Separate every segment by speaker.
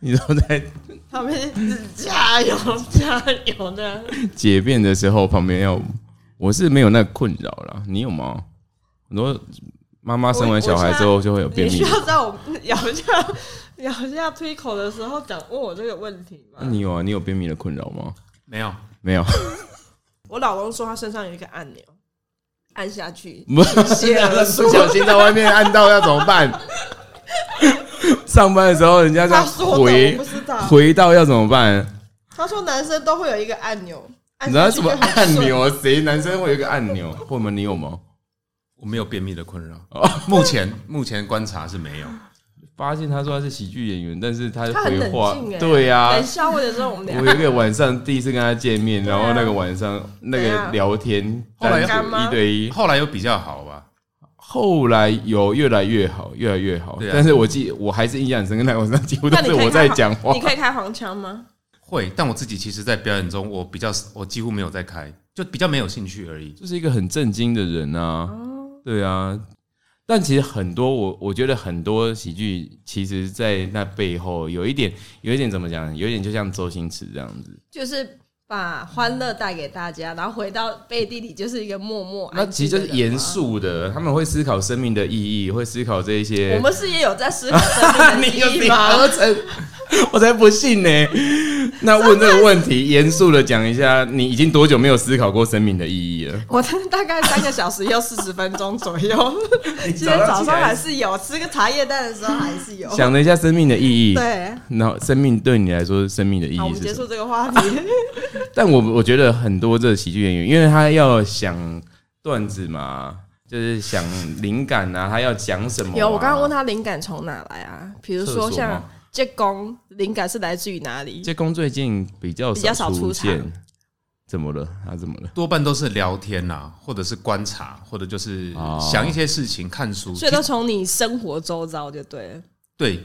Speaker 1: 你说在
Speaker 2: 旁边一直加油加油的，
Speaker 1: 解便的时候旁边要，我是没有那个困扰啦。你有吗？很多妈妈生完小孩之后就会有便
Speaker 2: 你
Speaker 1: 秘
Speaker 2: 需。要在我咬下咬下推口的时候讲问我这个问题
Speaker 1: 那
Speaker 2: 吗？
Speaker 1: 你有啊？你有便秘的困扰吗？
Speaker 3: 没有，
Speaker 1: 没有，
Speaker 2: 我老公说他身上有一个按钮，按下去
Speaker 1: 不是
Speaker 2: 泄了
Speaker 1: 不小心在外面按到要怎么办？上班的时候人家这
Speaker 2: 他
Speaker 1: 样
Speaker 2: 说的我
Speaker 1: 回
Speaker 2: 不知道，
Speaker 1: 回到要怎么办？
Speaker 2: 他说男生都会有一个按钮，
Speaker 1: 你
Speaker 2: 按
Speaker 1: 知道
Speaker 2: 下去
Speaker 1: 什么
Speaker 2: 就很
Speaker 1: 按
Speaker 2: 顺？
Speaker 1: 钮啊？谁男生会有一个按钮？或者你有吗？
Speaker 3: 我没有便秘的困扰
Speaker 1: 哦。
Speaker 3: 目前目前观察是没有。
Speaker 1: 发现他说他是喜剧演员，但是他
Speaker 2: 他很
Speaker 1: 回
Speaker 2: 冷
Speaker 1: 话
Speaker 2: 静哎、，
Speaker 1: 对呀、
Speaker 2: 冷笑话的时候我们
Speaker 1: 我
Speaker 2: 俩
Speaker 1: 有一个晚上第一次跟他见面，然后
Speaker 2: 对啊
Speaker 1: 那个晚上那
Speaker 2: 怎
Speaker 1: 个
Speaker 2: 样
Speaker 1: 聊天，
Speaker 3: 后来
Speaker 1: 单独一对一，
Speaker 3: 后来有比较好吧？
Speaker 1: 后来有越来越好，越来越好。
Speaker 3: 对啊
Speaker 1: 但是我记我还是印象很深刻，那个晚上几乎都
Speaker 2: 那你
Speaker 1: 是
Speaker 2: 可以
Speaker 1: 我在讲话
Speaker 2: 你。可以开黄腔吗？
Speaker 3: 会，但我自己其实，在表演中，我比较我几乎没有在开，就比较没有兴趣而已。
Speaker 1: 就是一个很震惊的人啊，
Speaker 2: 哦
Speaker 1: 对啊。但其实很多我我觉得很多喜剧，其实在那背后有一点，有一点怎么讲，有一点就像周星驰这样子。
Speaker 2: 就是把欢乐带给大家，然后回到背地里就是一个默默
Speaker 1: 那
Speaker 2: 安
Speaker 1: 其
Speaker 2: 静
Speaker 1: 实就是
Speaker 2: 的人吗。
Speaker 1: 严肃的，他们会思考生命的意义，会思考这一些。
Speaker 2: 我们是也有在思 考生命的意义吗？
Speaker 1: 我才 我才不信呢、那问这个问题，严肃的讲一下，你已经多久没有思考过生命的意义了？
Speaker 2: 我大概三个小时又四十分钟 左右，今天哎早上哦还是有吃个茶叶蛋的时候还是有。
Speaker 1: 想了一下生命的意义，
Speaker 2: 对，
Speaker 1: 然后生命对你来说，生命的意
Speaker 2: 好，我
Speaker 1: 义
Speaker 2: 们
Speaker 1: 是
Speaker 2: 结
Speaker 1: 什么？
Speaker 2: 束这个话 题。
Speaker 1: 但我我觉得很多这个喜剧演员，因为他要想段子嘛，就是想灵感啊，他要讲什么、
Speaker 2: 有，我刚刚问
Speaker 1: 他，
Speaker 2: 他灵感从哪来啊？比如
Speaker 1: 厕所
Speaker 2: 说像
Speaker 1: 吗
Speaker 2: 建工，灵感是来自于哪里？
Speaker 1: 这工最近比较
Speaker 2: 比较少
Speaker 1: 出
Speaker 2: 出
Speaker 1: 现
Speaker 2: 场，
Speaker 1: 怎么了？他怎么了？
Speaker 3: 多半都是聊天呐、或者是观察，或者就是
Speaker 1: 哦
Speaker 3: 想一些事情、看书。
Speaker 2: 所以都
Speaker 3: 其实
Speaker 2: 从你生活周遭就对了。
Speaker 3: 对，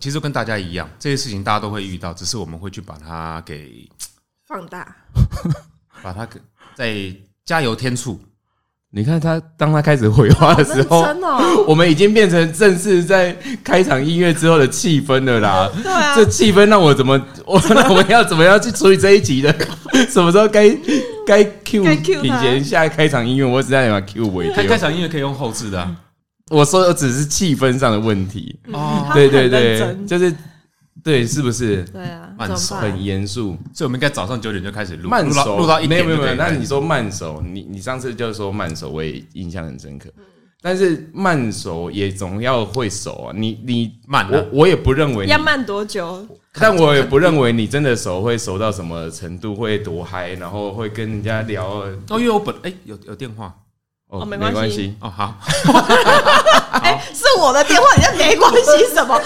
Speaker 3: 其实跟大家一样，这些事情大家都会遇到，只是我们会去把它给
Speaker 2: 放大，
Speaker 3: 把它给再加油添醋。
Speaker 1: 你看他，当他开始回话的时候，
Speaker 2: 真的 哦，
Speaker 1: 我们已经变成正式在开场音乐之后的气氛了啦。
Speaker 2: 对啊
Speaker 1: 这，气氛让我怎么， 我那我们要怎么样去处理这一集的？ 什么时候该该 Q
Speaker 2: 该 cue
Speaker 1: 品
Speaker 2: 他
Speaker 1: 贤下开场音乐？我只在把 Q 尾
Speaker 3: 开开
Speaker 1: 丢。
Speaker 3: 场音乐可以用后置的、啊、
Speaker 1: 我说的只是气氛上的问题。
Speaker 3: 哦，
Speaker 2: 他
Speaker 1: 对
Speaker 2: 们
Speaker 1: 对
Speaker 2: 很
Speaker 1: 对
Speaker 2: 认，
Speaker 1: 就
Speaker 2: 真
Speaker 1: 是对，是不是
Speaker 2: 对啊，
Speaker 3: 慢
Speaker 2: 怎么
Speaker 1: 很
Speaker 2: 办？
Speaker 1: 严肃？
Speaker 3: 所以我们应该早上九点就开始录，
Speaker 1: 慢
Speaker 3: 录到
Speaker 1: 熟
Speaker 3: 录到一
Speaker 1: 没
Speaker 3: 点
Speaker 1: 有没有
Speaker 3: 就
Speaker 1: 没
Speaker 3: 可
Speaker 1: 有。
Speaker 3: 以
Speaker 1: 那
Speaker 3: 开始
Speaker 1: 你说慢熟，你你上次就说慢熟，我也印象很深刻。
Speaker 2: 嗯
Speaker 1: 但是慢熟也总要会熟啊，你你
Speaker 3: 慢啊
Speaker 1: 我我也不认为你
Speaker 2: 要慢多久？
Speaker 1: 但我也不认为你真的熟会熟到什么程度，会多嗨，然后会跟人家聊。
Speaker 3: 哦，因为我本哎、有有电话
Speaker 1: 哦
Speaker 2: 哦没
Speaker 1: 关
Speaker 2: 关系
Speaker 1: 系，
Speaker 3: 哦，好，
Speaker 2: 哎、是我的电话，你在没关系什 么？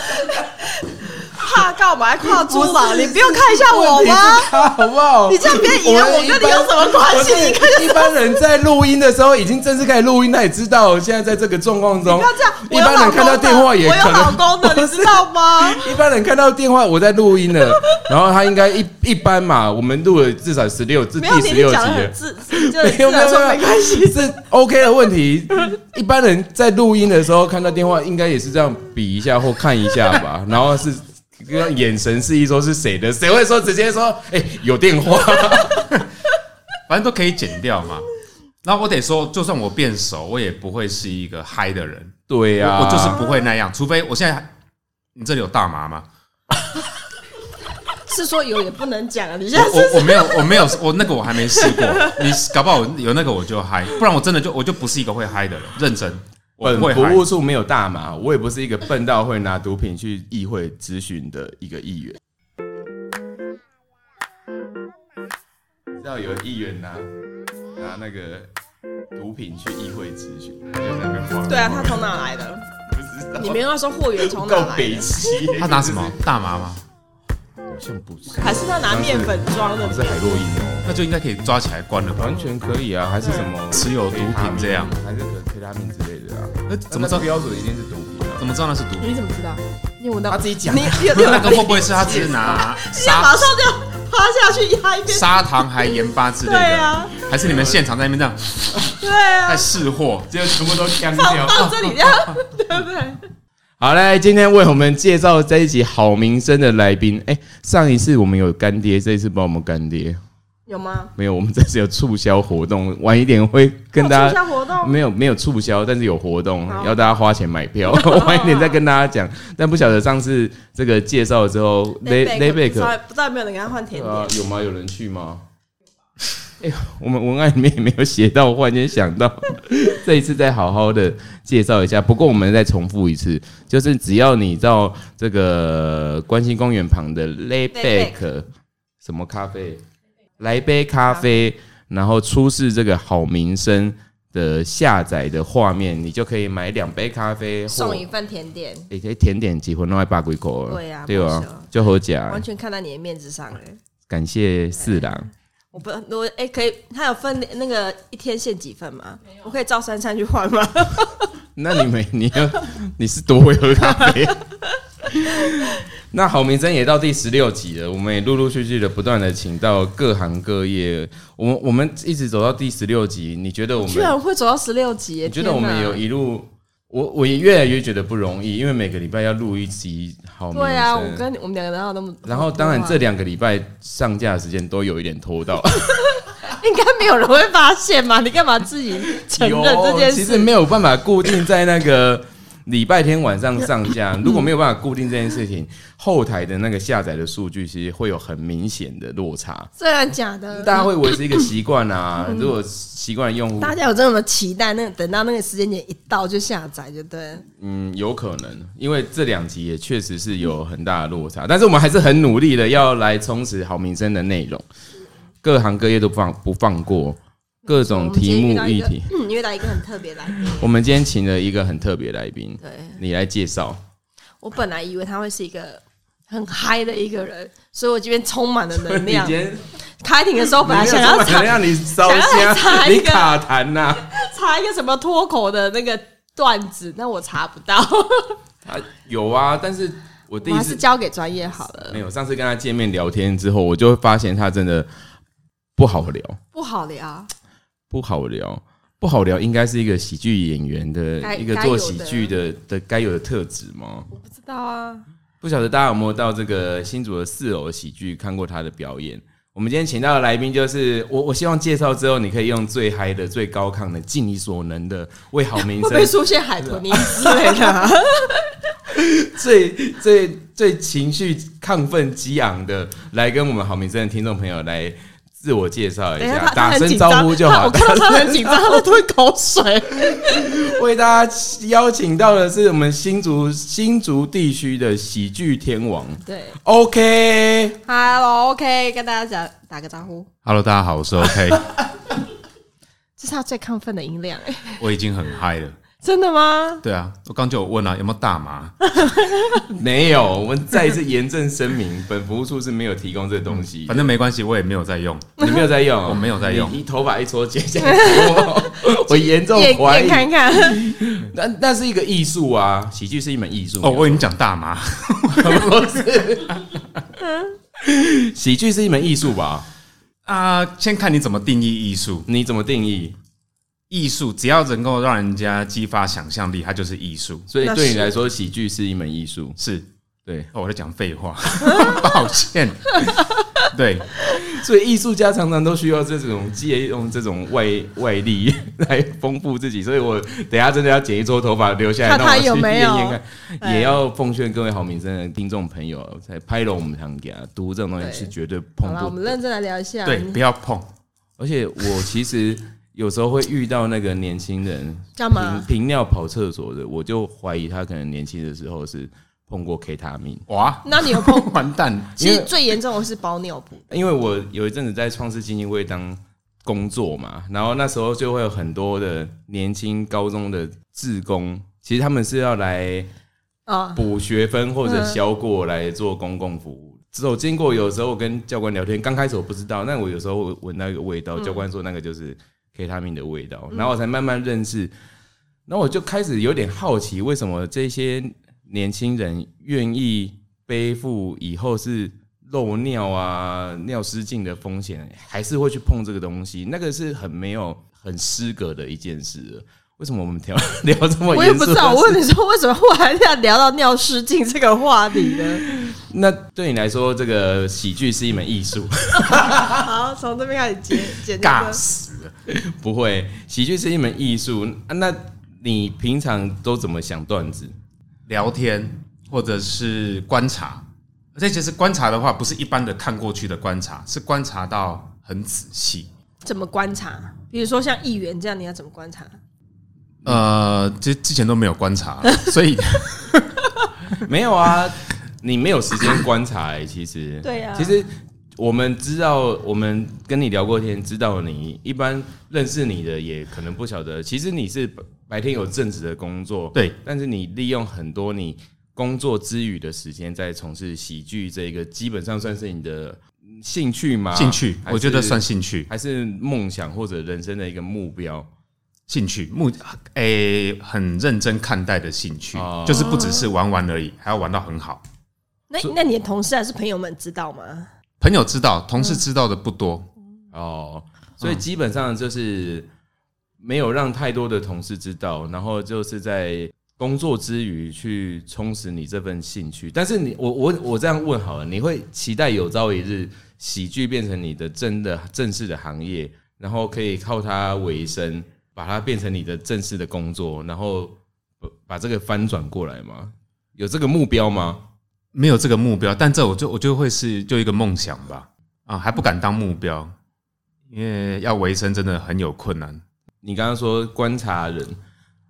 Speaker 2: 怕告嘛？还跨猪了？你不用看一下我
Speaker 1: 问题
Speaker 2: 吗？
Speaker 1: 是他好不好？
Speaker 2: 你这样别以为我跟你有什么关系你
Speaker 1: 跟一般人在录音的时候已经正式开始录音，他也知道现在在这个状况中，
Speaker 2: 不要这样，
Speaker 1: 一
Speaker 2: 我有
Speaker 1: 般
Speaker 2: 老
Speaker 1: 人
Speaker 2: 公
Speaker 1: 看到
Speaker 2: 的，
Speaker 1: 电话也
Speaker 2: 我有
Speaker 1: 可
Speaker 2: 老
Speaker 1: 能
Speaker 2: 公 的，你知道吗？
Speaker 1: 一般人看到电话我在录音 了，然后他应该一一般嘛，我们录了至少十六至
Speaker 2: 没有，
Speaker 1: 第
Speaker 2: 你
Speaker 1: 十
Speaker 2: 你
Speaker 1: 六集
Speaker 2: 讲的
Speaker 1: 了
Speaker 2: 很。自，自 就
Speaker 1: 没
Speaker 2: 自
Speaker 1: 有没
Speaker 2: 然
Speaker 1: 有
Speaker 2: 说没关系。
Speaker 1: 是 OK 的问题。一般人在录音的时候看到电话，应该也是这样比一下或看一下 吧，然后是用眼神示意说是谁的，谁会说直接说哎、有电话？
Speaker 3: 反正都可以剪掉嘛。然后我得说，就算我变熟，我也不会是一个嗨的人，
Speaker 1: 对啊呀、
Speaker 3: 我我就是不会那样，除非我现在你这里有大 麻吗？
Speaker 2: 是说有也不能讲啊，你现
Speaker 3: 我
Speaker 2: 在是
Speaker 3: 我我没有我没有我那个我还没试过，你搞不好有那个我就嗨，不然我真的就我就不是一个会嗨的人，认真我
Speaker 1: 本
Speaker 3: 不会
Speaker 1: 服
Speaker 3: 嗨。
Speaker 1: 务处没有大麻，我也不是一个笨到会拿毒品去议会咨询的一个议员。知道有议员拿拿那个毒品去议会咨询，他就在那边晃
Speaker 2: 对啊，他从哪来的？
Speaker 1: 不知道
Speaker 2: 你没有要说货源从哪
Speaker 1: 够
Speaker 2: 来
Speaker 1: 北
Speaker 2: 的，
Speaker 1: 齐。
Speaker 3: 他拿什么大麻吗？
Speaker 1: 好像不是，
Speaker 2: 还是他拿面粉装的
Speaker 1: 好像？是海洛因哦，
Speaker 3: 那就应该可以抓起来关了吧？
Speaker 1: 完全可以啊，还是什么
Speaker 3: 持有毒品这样
Speaker 1: 还是可推他命之类的啊？
Speaker 3: 那怎么知
Speaker 1: 那
Speaker 3: 道
Speaker 1: 标准一定是毒品啊？
Speaker 3: 怎么知道那是毒品？
Speaker 2: 你怎么知道？你闻到？
Speaker 1: 他自己讲
Speaker 2: 你你有你有
Speaker 3: 那个会不会是他只 是拿
Speaker 2: 你要
Speaker 3: 砂
Speaker 2: 马上就趴下去压一边？
Speaker 3: 砂糖还盐巴之类
Speaker 2: 对
Speaker 3: 的？
Speaker 2: 啊，
Speaker 3: 还是你们现场在那边这样
Speaker 2: 对啊
Speaker 3: 在，试货？
Speaker 1: 结果全部都干
Speaker 2: 放
Speaker 1: 掉。
Speaker 2: 到这里，这样对不对？
Speaker 1: 好嘞，今天为我们介绍这一集好名声的来宾，哎、上一次我们有干爹，这一次帮我们干爹，
Speaker 2: 有吗？
Speaker 1: 没有，我们这次有促销活动，晚一点会跟大
Speaker 2: 促
Speaker 1: 家
Speaker 2: 销活动
Speaker 1: 没有没有促销，但是有活动，
Speaker 2: 好
Speaker 1: 要大家花钱买 票，晚一点再跟大家讲。但不晓得上次这个介绍了之后
Speaker 2: Layback，
Speaker 1: ，Lay Layback
Speaker 2: 不知道不知道有没有人跟他换甜点？
Speaker 1: 啊，有吗？有人去吗？哎、我们文案里面也没有写到，我忽然间想到， 这一次再好好的介绍一下。不过我们再重复一次，就是只要你到这个关心公园旁的 Layback 什么咖啡，来杯咖啡，然后出示这个好名声的下载的画面，你就可以买两杯咖啡或，
Speaker 2: 送一份甜点，
Speaker 1: 也可以甜点几分弄来八龟口，
Speaker 2: 对啊
Speaker 1: 对
Speaker 2: 没
Speaker 1: 吧
Speaker 2: 错？
Speaker 1: 就好假，
Speaker 2: 完全看在你的面子上了。
Speaker 1: 感谢四郎。
Speaker 2: 我不，我哎、可以，他有分那个一天限几份吗？我可以照三餐去换吗？
Speaker 1: 那你没 你要你是多会喝咖啡？ 那好名声也到第十六集了，我们也陆陆续续的不断的请到各行各业，我们我们一直走到第十六集，你觉得我
Speaker 2: 居
Speaker 1: 们？
Speaker 2: 然会走到十六集耶，
Speaker 1: 你觉得我们
Speaker 2: 天哪啊
Speaker 1: 有一路？我我也越来越觉得不容易，因为每个礼拜要录一集好名声。
Speaker 2: 对啊，我跟你我们两个人有那么，
Speaker 1: 然后当然这
Speaker 2: 里
Speaker 1: 两个礼拜上架的时间都有一点拖到，
Speaker 2: 应该没有人会发现吧？你干嘛自己承认这件
Speaker 1: 有其实
Speaker 2: 事？
Speaker 1: 没有办法固定在那个礼拜天晚上上 架。如果没有办法固定这件事情，后台的那个下载的数据其实会有很明显的落差。
Speaker 2: 虽然假的，
Speaker 1: 大家会维持一个习惯啊，如果习惯的用户，
Speaker 2: 嗯大家有这么期待，那等到那个时间点一到就下载，就对了。
Speaker 1: 嗯，有可能，因为这两集也确实是有很大的落差，但是我们还是很努力的要来充实好民生的内容，各行各业都不放不放过各种题目议题。
Speaker 2: 我们今天遇到一个，嗯，遇到一个很特别来宾。
Speaker 1: 我们今天请了一个很特别的来宾，
Speaker 2: 对
Speaker 1: 你来介绍。
Speaker 2: 我本来以为他会是一个很嗨的一个人，所以我这边充满了能 量
Speaker 1: 你。今天
Speaker 2: 开庭的时候本来想要
Speaker 1: 怎么
Speaker 2: 插
Speaker 1: 让你烧
Speaker 2: 想要
Speaker 1: 香，
Speaker 2: 插
Speaker 1: 你
Speaker 2: 一个
Speaker 1: 卡痰呐、
Speaker 2: 插一个什么脱口的那个段子，但我查不到，
Speaker 1: 啊？有啊，但是我 第
Speaker 2: 我
Speaker 1: 一
Speaker 2: 还
Speaker 1: 次
Speaker 2: 是交给专业好了
Speaker 1: 没，有，上次跟他见面聊天之后，我就发现他真的不好聊，
Speaker 2: 不好聊。
Speaker 1: 不好聊，不好聊，应该是一个喜剧演员的
Speaker 2: 该
Speaker 1: 一个做喜剧的的该有的特质吗？
Speaker 2: 我不知道啊，
Speaker 1: 不晓得大家有没有到这个新竹的四楼喜剧看过他的表演？我们今天请到的来宾就是我，我希望介绍之后，你可以用最嗨的、最高亢的、尽你所能的为好名
Speaker 2: 会不
Speaker 1: 声
Speaker 2: 会出现海豚音之类的 啊？
Speaker 1: 最最最情绪亢奋激昂的，来跟我们好名声的听众朋友来自我介绍一
Speaker 2: 等一下
Speaker 1: 下，
Speaker 2: 他他
Speaker 1: 打
Speaker 2: 很
Speaker 1: 声
Speaker 2: 紧
Speaker 1: 招
Speaker 2: 张，
Speaker 1: 呼就
Speaker 2: 他
Speaker 1: 好
Speaker 2: 我。看到他很紧张，他在吞口 水。
Speaker 1: 为大家邀请到的是我们新竹新竹地区的喜剧天王
Speaker 2: 对
Speaker 1: ，OK，
Speaker 2: ，Hello，OK，跟大家讲打个招呼，
Speaker 3: Hello，大家好，我是 OK，
Speaker 2: 这是他最亢奋的音量，哎，
Speaker 3: 我已经很嗨了。
Speaker 2: 真的吗？
Speaker 3: 对啊，我刚就有问啊，有没有大麻？
Speaker 1: 没有，我们再一次严正声明，本服务处是没有提供这东西
Speaker 3: 反。正没关系，我也没有在用。
Speaker 1: 你没有在用哦，
Speaker 3: 我没有在用
Speaker 1: 你你头发一搓剪下来， 我我严重
Speaker 2: 验
Speaker 1: 怀
Speaker 2: 验
Speaker 1: 疑。
Speaker 2: 看看，
Speaker 1: 那那是一个艺术啊，喜剧是一门艺术。
Speaker 3: 哦，我已经讲大麻，
Speaker 1: 不是，喜剧是一门艺术吧？
Speaker 3: 啊，先看你怎么定义艺术。
Speaker 1: 你怎么定义？
Speaker 3: 艺术只要能够让人家激发想象力，它就是艺术。
Speaker 1: 所以
Speaker 2: 那是
Speaker 1: 对你来说，喜剧是一门艺术。
Speaker 3: 是，
Speaker 1: 对，
Speaker 3: 哦，我在讲废话，抱歉。对，
Speaker 1: 所以艺术家常常都需要这种借用这种外 外力来丰富自己。所以我等一下真的要剪一撮头发留下来，
Speaker 2: 看
Speaker 1: 让
Speaker 2: 他
Speaker 1: 我去
Speaker 2: 有没有哎
Speaker 1: 验验看。
Speaker 2: 对
Speaker 1: 也要奉劝各位好名声的听众朋友，在拍了我们堂给他读这种东西
Speaker 2: 对
Speaker 1: 是绝对
Speaker 2: 好
Speaker 1: 碰
Speaker 2: 了，我
Speaker 1: 不
Speaker 2: 们认真来聊一下。
Speaker 3: 对，不要碰。
Speaker 1: 而且我其实有时候会遇到那个年轻 人
Speaker 2: 干嘛
Speaker 1: 频频尿跑厕所的，我就怀疑他可能年轻的时候是碰过 K 他命。
Speaker 3: 哇，
Speaker 2: 那你有碰？
Speaker 3: 完蛋！
Speaker 2: 其实最严重的是包尿布，
Speaker 1: 因为我有一阵子在创世基金会当工作嘛，然后那时候就会有很多的年轻高中的志工，其实他们是要来
Speaker 2: 啊，
Speaker 1: 补学分或者销过来做公共服务。走经过，有时候我跟教官聊天，刚开始我不知道，但我有时候会闻到一个味道，教官说那个就是 K 他命的味道，
Speaker 2: 嗯
Speaker 1: 然后我才慢慢认识。然后我就开始有点好奇，为什么这些年轻人愿意背负以后是漏尿啊、尿失禁的风险，还是会去碰这个东西？那个是很没有、很失格的一件事了。为什么我们聊 聊这么
Speaker 2: 我
Speaker 1: 严
Speaker 2: 也
Speaker 1: 肃
Speaker 2: 不
Speaker 1: 的
Speaker 2: 知道，我
Speaker 1: 事
Speaker 2: 问你说为什么忽然要聊到尿失禁这个话题呢？
Speaker 1: 那对你来说，这个喜剧是一门艺术，
Speaker 2: 好，从这边开始剪剪这
Speaker 3: 尬
Speaker 2: 个。
Speaker 3: 死了。
Speaker 1: 不会，喜剧是一门艺术。啊那你平常都怎么想段子？
Speaker 3: 聊天或者是观察，而且其实观察的话，不是一般的看过去的观察，是观察到很仔细。
Speaker 2: 怎么观察？比如说像议员这样，你要怎么观察？
Speaker 3: 呃，其实之前都没有观 察，所以，，
Speaker 1: 没有啊，你没有时间观察、欸，其实
Speaker 2: 对啊
Speaker 1: 其实我们知道，我们跟你聊过天，知道你一般认识你的也可能不晓得，其实你是白白天有正职的工作
Speaker 3: 对
Speaker 1: 但是你利用很多你工作之余的时间在从事喜剧这一个，基本上算是你的嗯兴趣吗？
Speaker 3: 兴趣，
Speaker 1: 还是
Speaker 3: 我觉得算兴趣，
Speaker 1: 还是梦想或者人生的一个目标。
Speaker 3: 兴趣目诶、很认真看待的兴趣，
Speaker 1: 哦
Speaker 3: 就是不只是玩玩而已，还要玩到很好。
Speaker 2: 那那你的同事还是朋友们知道吗？
Speaker 3: 朋友知道，同事知道的不多，
Speaker 1: 哦，所以基本上就是没有让太多的同事知道，然后就是在工作之余去充实你这份兴趣。但是你，我我我这样问好了，你会期待有朝一日喜剧变成你的真的正式的行业，然后可以靠它为生，把它变成你的正式的工作，然后呃把这个翻转过来吗？有这个目标吗？
Speaker 3: 没有这个目标，但这我就我就会是就一个梦想吧，啊，还不敢当目标，因为要维生真的很有困难。
Speaker 1: 你刚刚说观察人，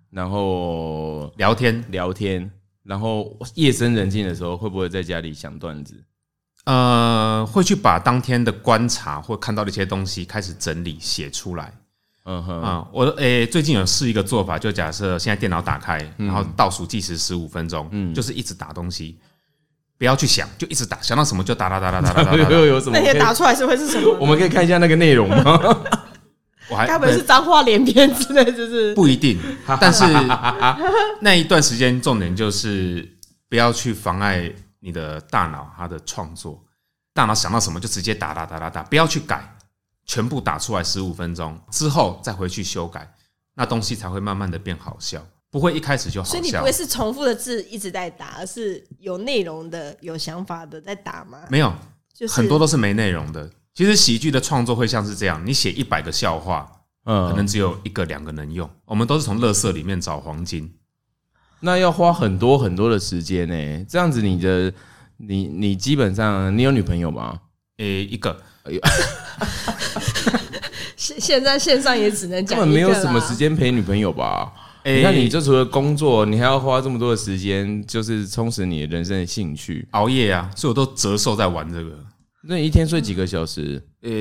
Speaker 1: 然后
Speaker 3: 聊天，
Speaker 1: 聊天，然后夜深人静的时候，会不会在家里想段子？
Speaker 3: 呃，会去把当天的观察或看到的一些东西开始整理写出来。
Speaker 1: 嗯哼，
Speaker 3: 啊、我诶、最近有试一个做法，就假设现在电脑打开，然后倒数计时十五分钟，
Speaker 1: 嗯
Speaker 3: 就是一直打东西，不要去想，就一直打，想到什么就打打打打打打打
Speaker 1: 有
Speaker 3: 打打。
Speaker 1: 有有什么
Speaker 2: 那
Speaker 1: 可以？
Speaker 2: 些打出来是会是什
Speaker 1: 我
Speaker 2: 么？
Speaker 1: 们可以看一下那个内容吗？
Speaker 3: 我还
Speaker 2: 该不会是脏话连篇之类，就是
Speaker 3: 不一定，但是那一段时间重点就是不要去妨碍你的大脑它的创作，大脑想到什么就直接打打打打打，不要去改，全部打出来十五分钟之后再回去修改，那东西才会慢慢的变好笑，不会一开始就好
Speaker 2: 所以你不
Speaker 3: 笑
Speaker 2: 会。是重复的字一直在打，而是有内容的、有想法的在打吗？
Speaker 3: 没有，
Speaker 2: 就是
Speaker 3: 很多都是没内容的。其实喜剧的创作会像是这样，你写一百个笑话，可能
Speaker 1: 嗯，
Speaker 3: 只有一个两个能用。我们都是从垃圾里面找黄金。
Speaker 1: 那要花很多很多的时间呢、这样子，你的你你基本上你有女朋友吗？
Speaker 3: 诶、一个
Speaker 2: 现现在线上也只能
Speaker 1: 根
Speaker 2: 讲，
Speaker 1: 本没有什么时。间陪女朋友吧？
Speaker 3: 诶
Speaker 1: 你看，你就除了工作，你还要花这么多的时间，就是充实你的人生的兴趣。
Speaker 3: 熬夜啊，所以我都折寿在玩这个。
Speaker 1: 那你一天睡几个小时？
Speaker 3: 呃、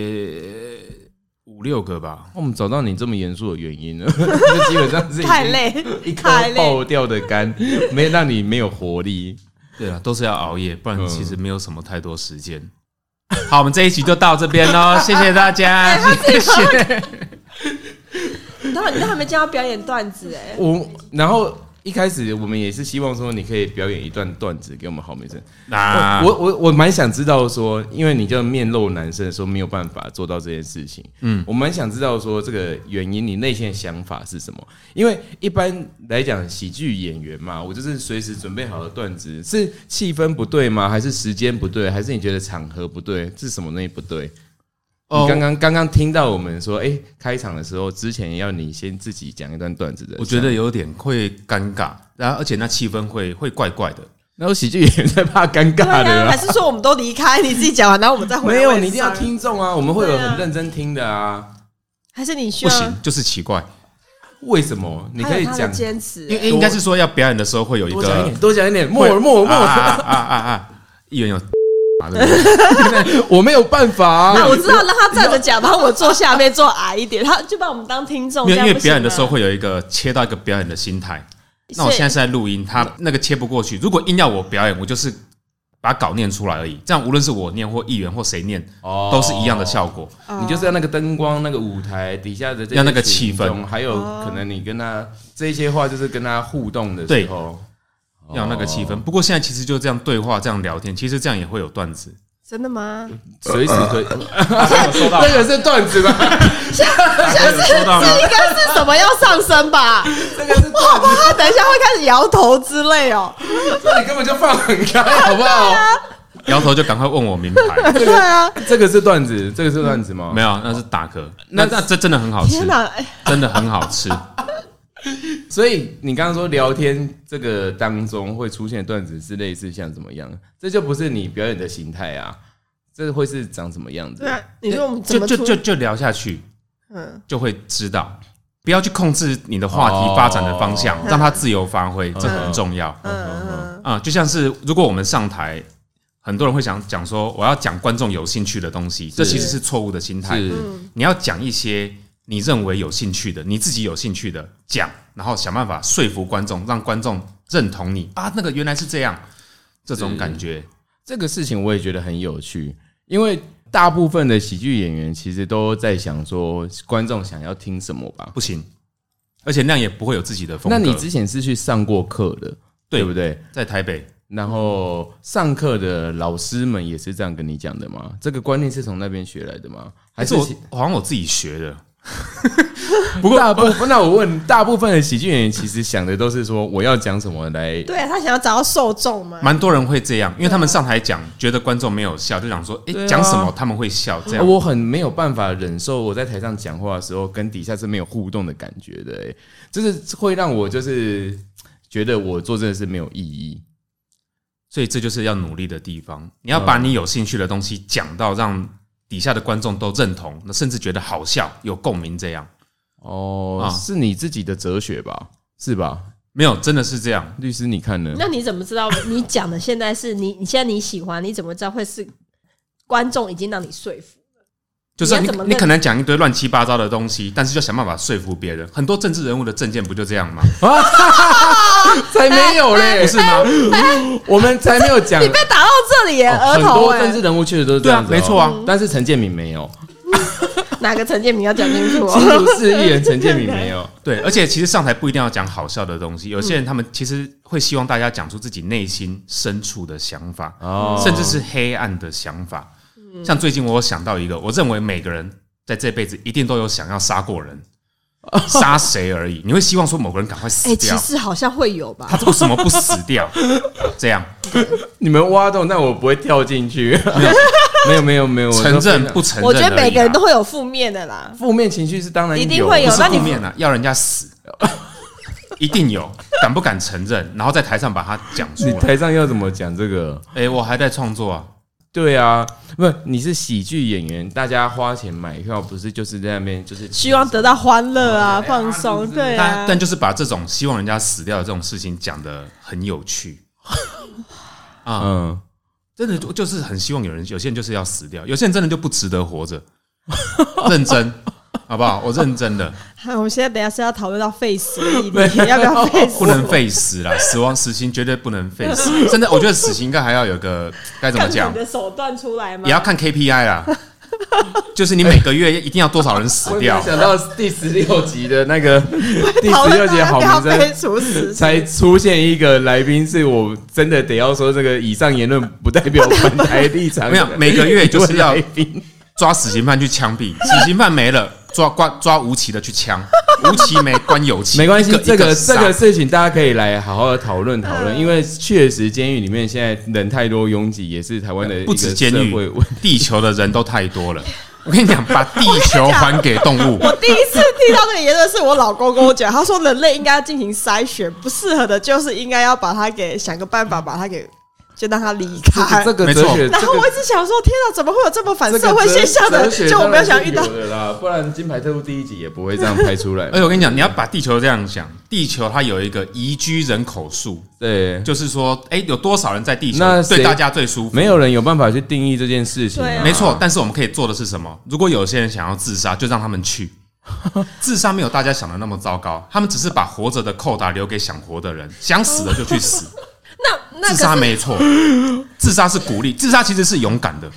Speaker 3: 五六个吧，
Speaker 1: 我们找到你这么严肃的原因了， 就基本上是已经
Speaker 2: 太累
Speaker 1: 一，颗
Speaker 2: 太累，
Speaker 1: 爆掉的肝，没让你没有活力。
Speaker 3: 对啊，都是要熬夜，不然其实没有什么太多时间。好，我们这一集就到这边喽，谢谢大家，谢谢。
Speaker 2: 他们他们今天要表演段子哎，
Speaker 1: 我然后一开始我们也是希望说你可以表演一段段子给我们好美生。
Speaker 3: 那
Speaker 1: 我我我蛮想知道说，因为你这个面露难色说没有办法做到这件事情，嗯，我蛮想知道说这个原因，你内心的想法是什么？因为一般来讲，喜剧演员嘛，我就是随时准备好的段子，是气氛不对吗？还是时间不对？还是你觉得场合不对？是什么东西不对？你刚
Speaker 3: 哦，
Speaker 1: 刚刚刚听到我们说，哎、开场的时候之前要你先自己讲一段段子的，
Speaker 3: 我觉得有点会尴尬，然后而且那气氛会会怪怪的。
Speaker 1: 那有喜剧演员在怕尴
Speaker 2: 对
Speaker 1: 尬的
Speaker 2: 啊，还
Speaker 1: 啦。
Speaker 2: 是说我们都离开，你自己讲完，然后我们再回来
Speaker 1: 没有，
Speaker 2: 问
Speaker 1: 你一定要
Speaker 2: 上，
Speaker 1: 听众啊，我们会有很认真听的啊。
Speaker 2: 还是你需
Speaker 3: 不
Speaker 2: 要？
Speaker 3: 行，就是奇怪，
Speaker 1: 为什么？你可以
Speaker 2: 他有他
Speaker 1: 讲
Speaker 2: 的，坚持欸
Speaker 3: 因为应该是说要表演的时候会有一
Speaker 1: 多讲一
Speaker 3: 个
Speaker 1: 点，多讲一点，默默默默，
Speaker 3: 啊啊啊啊啊，一人有啊对不对
Speaker 1: 我没有办法
Speaker 2: 啊，
Speaker 1: 啊。
Speaker 2: 我知道，让他站着讲，然后我坐下面坐矮一点，他就把我们当听众。
Speaker 3: 没有，因
Speaker 2: 这
Speaker 3: 为
Speaker 2: 样不行
Speaker 3: 表演的时候
Speaker 2: 吗，
Speaker 3: 会有一个切到一个表演的心态。那
Speaker 2: 所
Speaker 3: 我
Speaker 2: 以嗯
Speaker 3: 现在是在录音，他那个切不过去。如果硬要我表演，我就是把稿念出来而已。这样无论是我念或议员或谁念，
Speaker 1: 哦
Speaker 3: 都是一样的效果。
Speaker 2: 哦
Speaker 1: 你就是要那个灯光、那个舞台底下的这些
Speaker 3: 要那个
Speaker 1: 群
Speaker 3: 气氛
Speaker 1: 众还有
Speaker 2: 哦
Speaker 1: 可能你跟他这些话，就是跟他互动的时
Speaker 3: 对
Speaker 1: 候，
Speaker 3: 要有那个气氛。不过现在其实就这样对话、这样聊天，其实这样也会有段子。
Speaker 2: 真真的吗？
Speaker 1: 随时可以。
Speaker 3: 有收到吗
Speaker 1: 那个是段子吧？
Speaker 3: 有收到吗？
Speaker 2: 这应该 是什么要上升吧？
Speaker 1: 这个是
Speaker 2: 我好怕他等一下会开始摇头之类哦。
Speaker 1: 这你根本就放很开，好不好？
Speaker 2: 啊
Speaker 3: 摇头就赶快问我名 牌，
Speaker 2: 对啊，
Speaker 1: 这个是段子，这个是段子吗？
Speaker 3: 没有，那是打嗝。那那这真的很好吃
Speaker 2: 天，哪！哎
Speaker 3: 真的很好吃。
Speaker 1: 所以你刚刚说聊天这个当中会出现的段子是类似像怎么样？这就不是你表演的形态啊，这会是长什么样子
Speaker 2: 对？啊， 你说我们怎
Speaker 3: 就
Speaker 2: 么
Speaker 3: 就
Speaker 2: 出
Speaker 3: 就就聊下去，
Speaker 2: 嗯，
Speaker 3: 就会知道，不要去控制你的话题发展的方向，让它自由发挥，这很重要。
Speaker 2: 嗯
Speaker 3: 啊，就像是如果我们上台，很多人会想讲说我要讲观众有兴趣的东西，这其实是错误的心态。
Speaker 1: 是
Speaker 3: 你要讲一些你认为有兴趣的，你自己有兴趣的讲，然后想办法说服观众，让观众认同你啊，那个原来是这样，这种感觉。
Speaker 1: 这个事情我也觉得很有趣，因为大部分的喜剧演员其实都在想说观众想要听什么吧。
Speaker 3: 不行，而且那样也不会有自己的风
Speaker 1: 那
Speaker 3: 格。
Speaker 1: 你之前是去上过课的，
Speaker 3: 对
Speaker 1: 不对？
Speaker 3: 在台北，
Speaker 1: 然后上课的老师们也是这样跟你讲的吗？这个观念是从那边学来的吗？还
Speaker 3: 还
Speaker 1: 是
Speaker 3: 哎是我
Speaker 1: 其
Speaker 3: 好像我自己学的，
Speaker 1: 不过大部分？那我问，大部分的喜剧演员其实想的都是说我要讲什么来
Speaker 2: 对啊，他想要找到受众嘛。
Speaker 3: 蛮多人会这样，因为他们上台讲，觉得观众没有笑，就想说，哎、
Speaker 1: 对啊
Speaker 3: 讲、什么他们会笑，这样
Speaker 1: 我很没有办法忍受我在台上讲话的时候跟底下是没有互动的感觉的、欸，就是会让我就是觉得我做真的是没有意义。
Speaker 3: 所以这就是要努力的地
Speaker 2: 嗯
Speaker 3: 方。你要把你有兴趣的东西讲到让底下的观众都认同，那甚至觉得好笑、有共鸣，这样
Speaker 1: 哦，
Speaker 3: 啊
Speaker 1: 是你自己的哲学吧？是吧？
Speaker 3: 没有真的是这样。
Speaker 1: 律师，你看呢？
Speaker 2: 那你怎么知道你讲的现在是你？你现在你喜欢，你怎么知道会是观众已经让你说服？
Speaker 3: 就是
Speaker 2: 你
Speaker 3: 你
Speaker 2: 要怎么
Speaker 3: 你
Speaker 2: 认
Speaker 3: 可能讲一堆乱七八糟的东西，但是就想办法说服别人。很多政治人物的政见不就这样吗？
Speaker 1: 才没有嘞，
Speaker 3: 不是吗？
Speaker 1: 我们才没有讲
Speaker 2: 你。被打到这里耶，
Speaker 1: 哦
Speaker 2: 额
Speaker 1: 很
Speaker 2: 头
Speaker 1: 多政治
Speaker 2: 哎，
Speaker 1: 人物确实都是这样子哦，
Speaker 3: 对啊没错啊
Speaker 1: 但是陈建明没有，
Speaker 2: 哪个陈建明要讲清楚哦？
Speaker 1: 新竹市议员陈建明没有。
Speaker 3: 对，而且其实上台不一定要讲好笑的东西，有些
Speaker 2: 嗯
Speaker 3: 人他们其实会希望大家讲出自己内心深处的想法，
Speaker 1: 哦
Speaker 3: 甚至是黑暗的想法。
Speaker 2: 嗯
Speaker 3: 像最近我有想到一个，我认为每个人在这辈子一定都有想要杀 过人，杀谁而已。你会希望说某个人赶快死
Speaker 2: 哎，其
Speaker 3: 掉，
Speaker 2: 实好像会有吧
Speaker 3: 他。为什么不死掉？这样
Speaker 1: 你们挖洞，那我不会跳进去。没有没有没有，我
Speaker 3: 承
Speaker 1: 都非
Speaker 3: 认
Speaker 1: 常
Speaker 3: 不承认
Speaker 2: 我
Speaker 3: 而啊已啊？
Speaker 2: 觉得每个人都会有负面的啦。
Speaker 1: 负面情绪是当然
Speaker 2: 一定会有
Speaker 3: 不是
Speaker 2: 那你
Speaker 3: 负面啊，要人家死，一定有，敢不敢承认？然后在台上把它讲出
Speaker 1: 你
Speaker 3: 来。
Speaker 1: 台上要怎么讲这个？
Speaker 3: 哎、我还在创作啊。
Speaker 1: 对啊，不，你是喜剧演员，大家花钱买票，不是就是在那边就是
Speaker 2: 希望得到欢乐啊，
Speaker 1: 对啊
Speaker 2: 放松，
Speaker 1: 就是
Speaker 2: 对啊
Speaker 3: 但。但就是把这种希望人家死掉的这种事情讲得很有趣，
Speaker 1: 嗯，
Speaker 3: 真的就就是很希望有人，有些人就是要死掉，有些人真的就不值得活着， 认真，好不好？我认真的，
Speaker 2: 啊好我们现在等一下是要讨论到 face 的 议题，要不要 face？
Speaker 3: 不能废死 啦，死亡死刑绝对不能废死，真的，我觉得死刑应该还要有个该怎么
Speaker 2: 看你
Speaker 3: 讲，
Speaker 2: 的手段出来吗
Speaker 3: 也？要看 KPI 啦，就是你每个月一定要多少人死
Speaker 1: 我没
Speaker 3: 掉
Speaker 2: 哎
Speaker 1: 有，想到第十六集的那个第
Speaker 2: 讨
Speaker 1: 十
Speaker 2: 论
Speaker 1: 六集的好
Speaker 2: 要不
Speaker 1: 名
Speaker 2: 要被
Speaker 1: 声。
Speaker 2: 处 死，
Speaker 1: 才出现一个来宾，是我真的得要说，这个以上言论不代表本台立 场。
Speaker 3: 没有每个月就是要
Speaker 1: 来宾
Speaker 3: 抓死刑犯去枪毙，死刑犯没了。抓抓抓无期的去枪，无期没关有期，
Speaker 1: 没关系
Speaker 3: 一，一
Speaker 1: 这个
Speaker 3: 杀
Speaker 1: 这个事情大家可以来好好的讨论讨
Speaker 2: 嗯
Speaker 1: 论，因为确实监狱里面现在人太多拥挤，也是台湾的一
Speaker 3: 不
Speaker 1: 个
Speaker 3: 止
Speaker 1: 社
Speaker 3: 监
Speaker 1: 会
Speaker 3: 狱
Speaker 1: 问，
Speaker 3: 地球的人都太多了。我跟你讲，把地球还给动 物，
Speaker 2: 我第一次听到这个言论是我老公跟我讲，他说人类应该要进行筛选，不适合的就是应该要把它给想个办法把它给就让它离开
Speaker 1: 这。个
Speaker 3: 没
Speaker 1: 哲
Speaker 3: 错
Speaker 1: 学，
Speaker 2: 然
Speaker 1: 这
Speaker 2: 后
Speaker 1: 个
Speaker 2: 我一直想说，天哪，怎么会有这么反
Speaker 1: 这个
Speaker 2: 社会现象的
Speaker 1: 哲？学
Speaker 2: 就我没有想遇到
Speaker 1: 当，然是有的啦，不然《金牌特务》第一集也不会这样拍出来
Speaker 3: 而。且我跟你讲，你要把地球这样想，地球它有一个宜居人口数，
Speaker 1: 对，
Speaker 3: 就是说，哎、有多少人在地球
Speaker 1: 那谁
Speaker 3: 对大家最舒服？
Speaker 1: 没有人有办法去定义这件事情啊。
Speaker 2: 对啊
Speaker 3: 没错。但是我们可以做的是什么？如果有些人想要自杀，就让他们去。 自杀没有大家想的那么糟糕，他们只是把活着的扣打留给想活的人，想死的就去死。
Speaker 2: 那那
Speaker 3: 自
Speaker 2: 可
Speaker 3: 杀
Speaker 2: 是
Speaker 3: 没错，自杀是鼓励，自杀其实是勇敢的。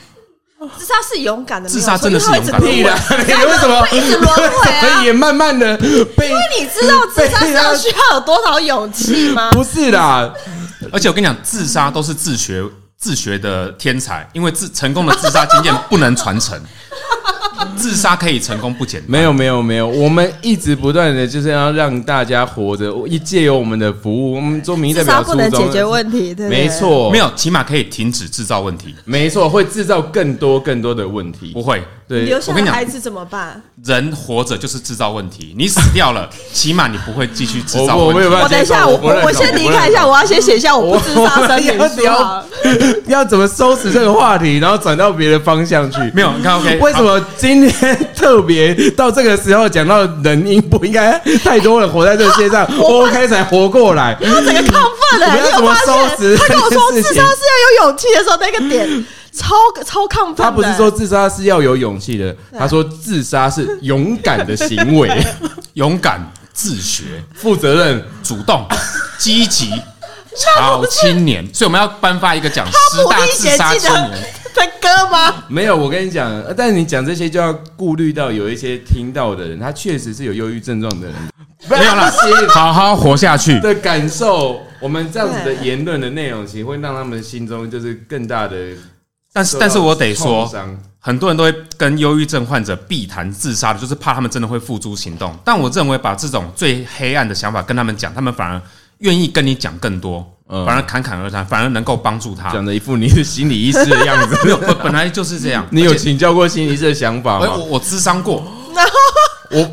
Speaker 2: 自杀是勇敢的，
Speaker 3: 自杀真的是
Speaker 2: 没有错
Speaker 3: 勇敢的
Speaker 2: 因
Speaker 1: 屁
Speaker 2: 为
Speaker 1: 啦！你为什么
Speaker 2: 会一直轮回啊
Speaker 1: 怎么也慢慢的 被？
Speaker 2: 你啊知道自杀是 要需要有多少勇气吗？
Speaker 1: 不是啦，
Speaker 3: 而且我跟你讲，自杀都是自学自学的天才，因为自成功的自杀经验不能传承，自杀可以成功不简单。
Speaker 1: 没有没有没有，我们一直不断的就是要让大家活着，一借由我们的服务，我们做民意代
Speaker 2: 至
Speaker 1: 表
Speaker 2: 少
Speaker 1: 初
Speaker 2: 不
Speaker 1: 衷
Speaker 2: 能解决问题，对不对？
Speaker 1: 没，错，
Speaker 3: 没
Speaker 1: 有
Speaker 3: 有，起码可以停止制造问题。
Speaker 1: 没错，会制造更多更多的问题
Speaker 3: 不。会，
Speaker 1: 对
Speaker 2: 留，下
Speaker 3: 我跟你
Speaker 2: 的
Speaker 3: 讲
Speaker 2: 孩子怎么办？
Speaker 3: 人活着就是制造问题，你死掉了，起码你不会继续制
Speaker 1: 我
Speaker 3: 造
Speaker 1: 我没
Speaker 3: 问
Speaker 1: 有
Speaker 3: 题。
Speaker 1: 办
Speaker 2: 我
Speaker 1: 法
Speaker 2: 等一
Speaker 1: 接受，
Speaker 2: 下，我
Speaker 1: 不认
Speaker 2: 我
Speaker 1: 同
Speaker 2: 先
Speaker 1: 不
Speaker 2: 离
Speaker 1: 认
Speaker 2: 开一下，
Speaker 1: 同
Speaker 2: 我要先写一下我不自杀声明
Speaker 1: 我
Speaker 2: 书啊好了。
Speaker 1: 要 怎么收拾这个话题，然后转到别的方向去。
Speaker 3: 没有， 哎你看 OK，
Speaker 1: 为什么今天特别到这个时候讲到人应不应该太多人活在这个世 界上哦？OK 才活过来，
Speaker 2: 他整个亢奋
Speaker 1: 我
Speaker 2: 了、欸，
Speaker 1: 们要
Speaker 2: 你有
Speaker 1: 怎么
Speaker 2: 发
Speaker 1: 收拾
Speaker 2: 现？他跟我说
Speaker 1: 这件
Speaker 2: 自
Speaker 1: 事情
Speaker 2: 杀是要有勇气的时候，那个点超超亢奋的、
Speaker 1: 他不是说自杀是要有勇气的，他说自杀是勇敢的行 为，
Speaker 3: 勇敢、自学、
Speaker 1: 负责任。
Speaker 3: 主动、积极、好青年？所以我们要颁发一个奖，十
Speaker 2: 《
Speaker 3: 大
Speaker 2: 牡蛎
Speaker 3: 自
Speaker 2: 血
Speaker 3: 杀
Speaker 2: 记》
Speaker 3: 青
Speaker 2: 的
Speaker 3: 年。
Speaker 2: 的 歌吗？
Speaker 1: 没有，我跟你讲，呃但你讲这些就要顾虑到有一些听到的人，他确实是有忧郁症状的人，
Speaker 3: 没有啦，好好活下去。
Speaker 1: 的感受。我们这样子的言论的内容，其实会让他们心中就是更大的。
Speaker 3: 但 是，但是我得
Speaker 1: 受
Speaker 3: 说，
Speaker 1: 到创伤
Speaker 3: 很多人都会跟忧郁症患者避谈自杀的，就是怕他们真的会付诸行动。但我认为，把这种最黑暗的想法跟他们讲，他们反而愿意跟你讲更多，
Speaker 1: 嗯
Speaker 3: 反而侃侃而谈，反而能够帮助他。
Speaker 1: 讲的一副你是心理医师的样子。
Speaker 3: 没有，本本来就是这样。
Speaker 1: 你有
Speaker 3: 而且
Speaker 1: 请教过心理医师的想法
Speaker 3: 哎我
Speaker 1: 吗？
Speaker 3: 我智商过，
Speaker 1: 我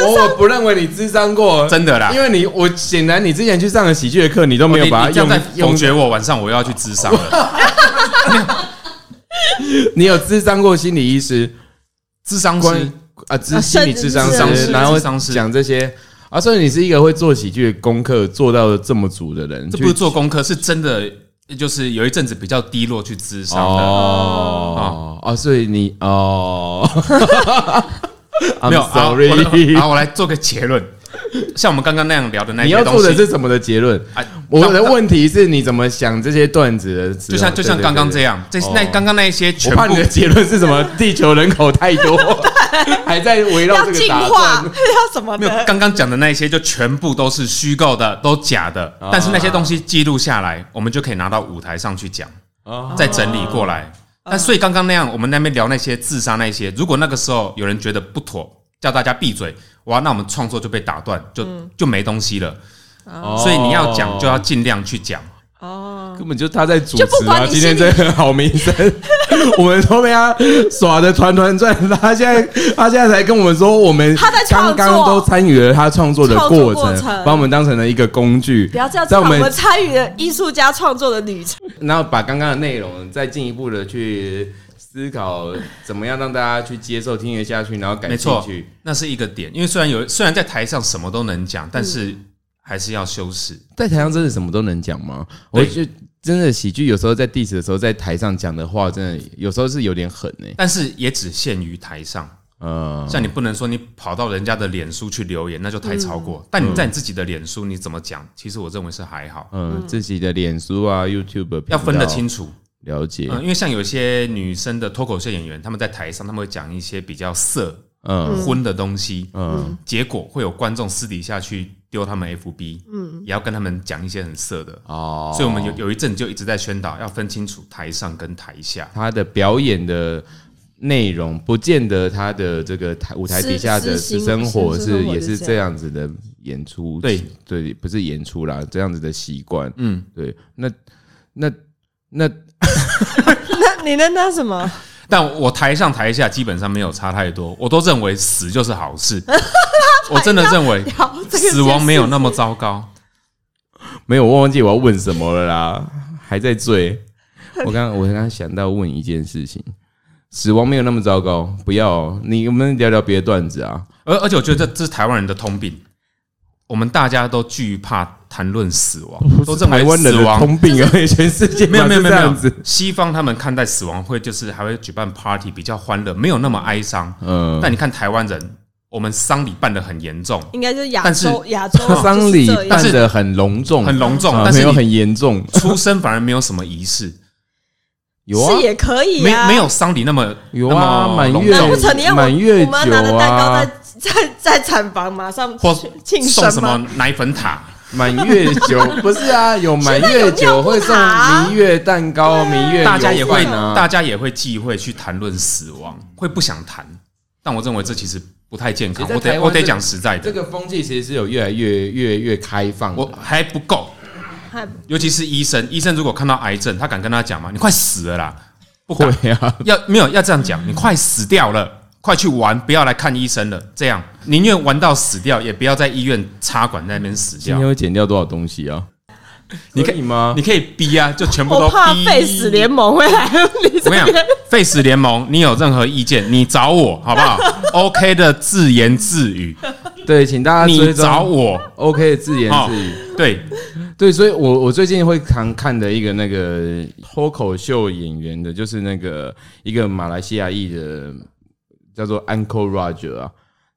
Speaker 1: 我不认为你智商过，
Speaker 3: 真 的啦。
Speaker 1: 因为你我显然你之前去上的喜剧的课，啊哦你都
Speaker 3: 我
Speaker 1: 没有把它
Speaker 3: 这样
Speaker 1: 用
Speaker 3: 在
Speaker 1: 用
Speaker 3: 否决我，晚上我又要去智商 了。
Speaker 1: 你有智商过心理医师，
Speaker 3: 智商
Speaker 1: 关
Speaker 3: 师
Speaker 1: 啊，智
Speaker 2: 啊
Speaker 1: 心理
Speaker 2: 甚
Speaker 1: 智商
Speaker 2: 至
Speaker 3: 是
Speaker 1: 师，然后
Speaker 3: 智商师
Speaker 1: 讲这些啊，所以你是一个会做喜剧的功课做到这么足的人，
Speaker 3: 这不是
Speaker 1: 去
Speaker 3: 做功课，是真的，就是有一阵子比较低落去智商的。
Speaker 1: 哦哦，所以你 哦，
Speaker 3: 没
Speaker 1: I'm
Speaker 3: 有好我来
Speaker 1: sorry，
Speaker 3: 好，我来做个结论。像我们刚刚那样聊的那
Speaker 1: 你
Speaker 3: 些
Speaker 1: 要
Speaker 3: 东
Speaker 1: 做的
Speaker 3: 西，
Speaker 1: 是什么的结论？
Speaker 3: 啊
Speaker 1: 我的
Speaker 3: 当
Speaker 1: 问题是你怎么想这些段子的？
Speaker 3: 就像就像刚刚这
Speaker 1: 样。
Speaker 3: 样，这
Speaker 1: 哦
Speaker 3: 那刚刚那一些
Speaker 1: 我
Speaker 3: 全
Speaker 1: 怕
Speaker 3: 部
Speaker 1: 你的结论是什么？地球人口太 多，还在围绕
Speaker 2: 要
Speaker 1: 这个
Speaker 2: 进
Speaker 1: 打
Speaker 2: 化，
Speaker 1: 转。
Speaker 2: 要什么
Speaker 3: 没有
Speaker 2: 的？
Speaker 3: 刚刚讲的那一些，就全部都是虚构的，都假的。
Speaker 1: 啊
Speaker 3: 但是那些东西记录下来，我们就可以拿到舞台上去讲，
Speaker 1: 哦
Speaker 3: 再整理过来。
Speaker 1: 啊
Speaker 3: 那所以刚刚那样，我们那边聊那些自杀那些，如果那个时候有人觉得不妥，叫大家闭嘴，哇，那我们创作就被打断，就
Speaker 1: 嗯
Speaker 3: 就没东西了。
Speaker 1: 哦
Speaker 3: 所以你要讲就要尽量去讲。
Speaker 2: 哦，
Speaker 1: 根本就他在主
Speaker 2: 就不
Speaker 1: 持啊！
Speaker 2: 管你
Speaker 1: 今天这个 好名声，我们都被他耍的团团转。他现在他现在才跟我们说，我们
Speaker 2: 他在创
Speaker 1: 刚
Speaker 2: 作
Speaker 1: 刚都参与了他创作的过
Speaker 2: 创作过
Speaker 1: 程
Speaker 2: 程，
Speaker 1: 把我们当成了一个工具
Speaker 2: 不要这样，，
Speaker 1: 在
Speaker 2: 这
Speaker 1: 我
Speaker 2: 我
Speaker 1: 们
Speaker 2: 们参与了艺术家创作的旅程。
Speaker 1: 然后把刚刚的内容再进一步的去思考，怎么样让大家去接受、听得下去，然后感
Speaker 3: 没
Speaker 1: 兴
Speaker 3: 错
Speaker 1: 趣。，
Speaker 3: 那是一个点。因为虽然有虽然在台上什么都能讲，但是还是要修饰。
Speaker 1: 在台上真的什么都能讲吗？我
Speaker 3: 对
Speaker 1: 就真的喜剧有时候在 diss 的时候，在台上讲的话，真的有时候是有点狠欸呢、
Speaker 3: 但是也只限于台上，
Speaker 1: 嗯，
Speaker 3: 像你不能说你跑到人家的脸书去留言，那就太超过。
Speaker 1: 嗯
Speaker 3: 但你在你自己的脸书你怎么讲，其实我认为是还好，
Speaker 1: 嗯，自己的脸书啊、YouTube 频道
Speaker 3: 要分得清楚。
Speaker 1: 了解，
Speaker 3: 嗯，因为像有些女生的脱口秀演员，她们在台上他们会讲一些比较色、
Speaker 1: 嗯
Speaker 3: 荤的东西，
Speaker 1: 嗯，
Speaker 3: 结果会有观众私底下去丢他们 FB，嗯，也要跟他们讲一些很色的。
Speaker 1: 哦，
Speaker 3: 所以我们有有一阵就一直在宣导要分清楚台上跟台下。
Speaker 1: 他的表演的内容，不见得他的这个台舞台底下的
Speaker 2: 私
Speaker 1: 私
Speaker 2: 私
Speaker 1: 生活
Speaker 2: 私
Speaker 1: 是
Speaker 2: 生活
Speaker 1: 也
Speaker 2: 是
Speaker 1: 是
Speaker 2: 这
Speaker 1: 这样子的演出，
Speaker 3: 对
Speaker 1: 对，不是演出啦，这样子的习惯，
Speaker 3: 嗯，
Speaker 1: 对，那那那
Speaker 2: 那你那那什 么？
Speaker 3: 但我台上台下基本上没有差太多，我都认为死就是好 事。我真的认为
Speaker 2: 聊这个
Speaker 3: 死亡没有那么糟糕。
Speaker 1: 没有，我忘记我要问什么了啦，还在 追。我刚我刚刚想到问一件事情，死亡没有那么糟糕，不要哦、你我们聊聊别的段子啊。
Speaker 3: 而而且我觉得这这是台湾人的通病，我们大家都惧怕谈论死亡，都认
Speaker 1: 台
Speaker 3: 为
Speaker 1: 湾人
Speaker 3: 死
Speaker 1: 的
Speaker 3: 亡
Speaker 1: 通病而已，全世界
Speaker 3: 没有没有没有
Speaker 1: 这
Speaker 3: 没有
Speaker 1: 样子。，
Speaker 3: 西方他们看待死亡会就是还会举办 party 比较欢乐，没有那么哀伤。
Speaker 1: 嗯，
Speaker 3: 但你看台湾人，我们丧礼办得很严重，
Speaker 2: 应该就是亚
Speaker 3: 但是
Speaker 2: 洲亚洲
Speaker 1: 他丧礼
Speaker 2: 就是这
Speaker 1: 办
Speaker 2: 样
Speaker 1: 得很隆重，
Speaker 3: 很隆重，
Speaker 1: 啊
Speaker 3: 但
Speaker 1: 没
Speaker 3: 是
Speaker 1: 有
Speaker 3: 你
Speaker 1: 很严重。
Speaker 3: 出生反而没有什么仪 式，
Speaker 1: 有啊
Speaker 2: 是，也可以
Speaker 3: 没
Speaker 2: 啊，
Speaker 3: 没有丧礼那么
Speaker 1: 有啊
Speaker 3: 那么
Speaker 1: 满
Speaker 3: 隆
Speaker 1: 月
Speaker 2: 难
Speaker 3: 重
Speaker 2: 不成你要我
Speaker 1: 满月
Speaker 2: 我们要拿着
Speaker 1: 酒啊
Speaker 2: 蛋糕在在在产房马上
Speaker 3: 或
Speaker 2: 庆
Speaker 3: 送
Speaker 2: 生
Speaker 3: 什么
Speaker 2: 吗？
Speaker 3: 奶粉塔，
Speaker 1: 满月酒不是啊，有满月酒会送明月蛋糕、明月
Speaker 3: 大家也会
Speaker 1: 油，饭啊，
Speaker 3: 大家也会忌讳去谈论死亡，会不想谈。但我认为这其实不太健康
Speaker 1: 其。实在
Speaker 3: 我
Speaker 1: 台
Speaker 3: 得
Speaker 1: 湾
Speaker 3: 我得
Speaker 1: 这
Speaker 3: 讲实在
Speaker 1: 这
Speaker 3: 的，
Speaker 1: 个风气其实是有越来越越越开放的
Speaker 3: 我还不够。
Speaker 2: 还
Speaker 3: 尤其是医生，医生如果看到癌症，他敢跟他讲吗？你快死了啦！不敢，
Speaker 1: 会 啊，
Speaker 3: 要没有要这样讲，你快死掉了，快去玩，不要来看医生了。这样宁愿玩到死掉，也不要在医院插管那边死
Speaker 1: 今
Speaker 3: 掉
Speaker 1: 天。会减掉多少东西啊？你可以吗
Speaker 3: 你？可以逼啊，就全部
Speaker 2: 我
Speaker 3: 都
Speaker 2: 怕
Speaker 3: 逼。
Speaker 2: 废死联盟会来你这
Speaker 3: 我跟你讲
Speaker 2: 边，
Speaker 3: ，Face 联盟，你有任何意见，你找我好 不好？OK 的自言自语，
Speaker 1: 对，请大家追
Speaker 3: 你
Speaker 1: 踪
Speaker 3: 找我。
Speaker 1: OK 的自言
Speaker 3: 哦
Speaker 1: 自语。
Speaker 3: 对，
Speaker 1: 对，所以我我最近会常看的一个那个脱口秀演员的，就是那个一个马来西亚裔的叫做 Uncle Roger 啊。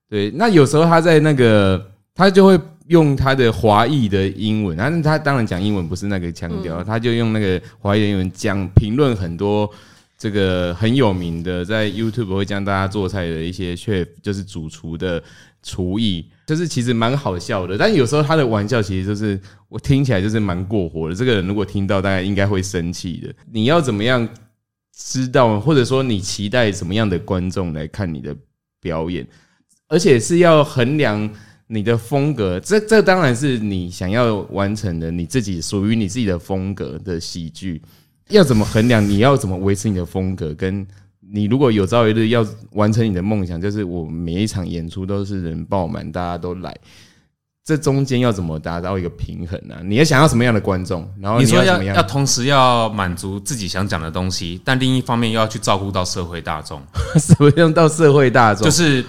Speaker 1: 对，那有时候他在那个他就会用他的华裔的英文，但是他当然讲英文不是那个腔调，他就用那个华裔的英文讲评论很多。这个很有名的，在 YouTube 会教大家做菜的一些 chef，就是主厨的厨艺，就是其实蛮好笑的。但有时候他的玩笑其实就是我听起来就是蛮过火的。这个人如果听到，大概应该会生气的。你要怎么样知道，或者说你期待什么样的观众来看你的表演，而且是要衡量你的风格。这这当然是你想要完成的，你自己属于你自己的风格的喜剧。要怎么衡量？你要怎么维持你的风格？跟你如果有朝一日要完成你的梦想，就是我每一场演出都是人爆满，大家都来。这中间要怎么达到一个平衡呢、啊？你要想要什么样的观众？然后
Speaker 3: 你
Speaker 1: 哦
Speaker 3: 说
Speaker 1: 要怎
Speaker 3: 要
Speaker 1: 么样？
Speaker 3: 要同时要满足自己想讲的东西，但另一方面又要去照顾到社会大众，
Speaker 1: 什么样到社会大众？
Speaker 3: 就是